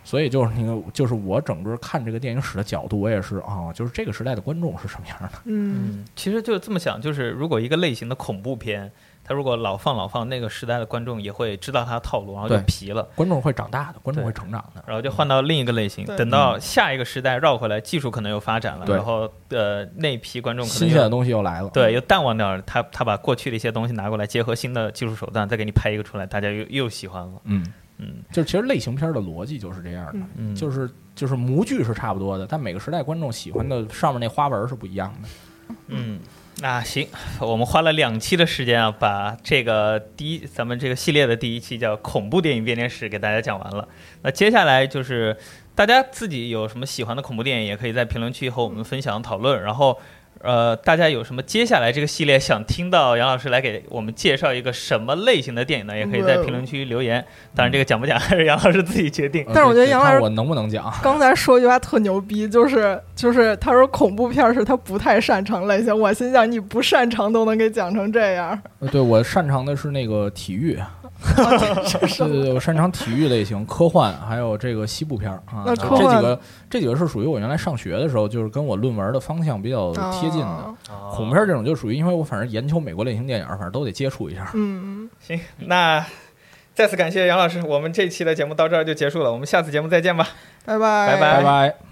E: 所以就是那个，就是我整个看这个电影史的角度，我也是啊，就是这个时代的观众是什么样的。”
D: 嗯
C: 嗯，其实就这么想，就是如果一个类型的恐怖片，它如果老放老放，那个时代的观众也会知道它的套路，然后就
E: 对
C: 疲了，
E: 观众会长大的，观众
C: 对
E: 会成长的。
C: 然后就换到另一个类型
D: 对，
C: 等到下一个时代绕回来，技术可能又发展了，
E: 对
C: 然后呃那一批观众可
E: 新
C: 能
E: 鲜的
C: 又
E: 东西又来了。
C: 对又淡忘掉了，他他把过去的一些东西拿过来，结合新的技术手段，再给你拍一个出来，大家又又喜欢了，
E: 嗯，
C: 嗯
E: 就是其实类型片的逻辑就是这样的，
D: 嗯
C: 嗯，
E: 就是就是模具是差不多的，但每个时代观众喜欢的上面那花纹是不一样的。
C: 嗯。那行，我们花了两期的时间啊，把这个第一咱们这个系列的第一期叫《恐怖电影编年史》给大家讲完了。那接下来就是大家自己有什么喜欢的恐怖电影，也可以在评论区和我们分享讨论。然后，呃，大家有什么接下来这个系列想听到杨老师来给我们介绍一个什么类型的电影呢？也可以在评论区留言。当然，这个讲不讲还是杨老师自己决定。
D: 但是我觉得
E: 呃
D: 杨
E: 看
D: 老师
E: 我能不能讲？
D: 刚才说一句话特牛逼，就是就是他说恐怖片儿是他不太擅长类型，我心想你不擅长都能给讲成这样，
E: 呃对我擅长的是那个体 育，对对对，我擅长体育类型、科幻，还有这个西部片儿啊。
D: 那
E: 这
D: 科幻
E: 几个这几个是属于我原来上学的时候，就是跟我论文的方向比较贴近的
D: 啊。。
E: 恐怖片儿这种就属于，因为我反正研究美国类型电影，反正都得接触一下。
D: 嗯，
C: 行，那再次感谢杨老师，我们这期的节目到这儿就结束了，我们下次节目再见吧。
D: 拜
C: 拜
D: 拜
E: 拜拜。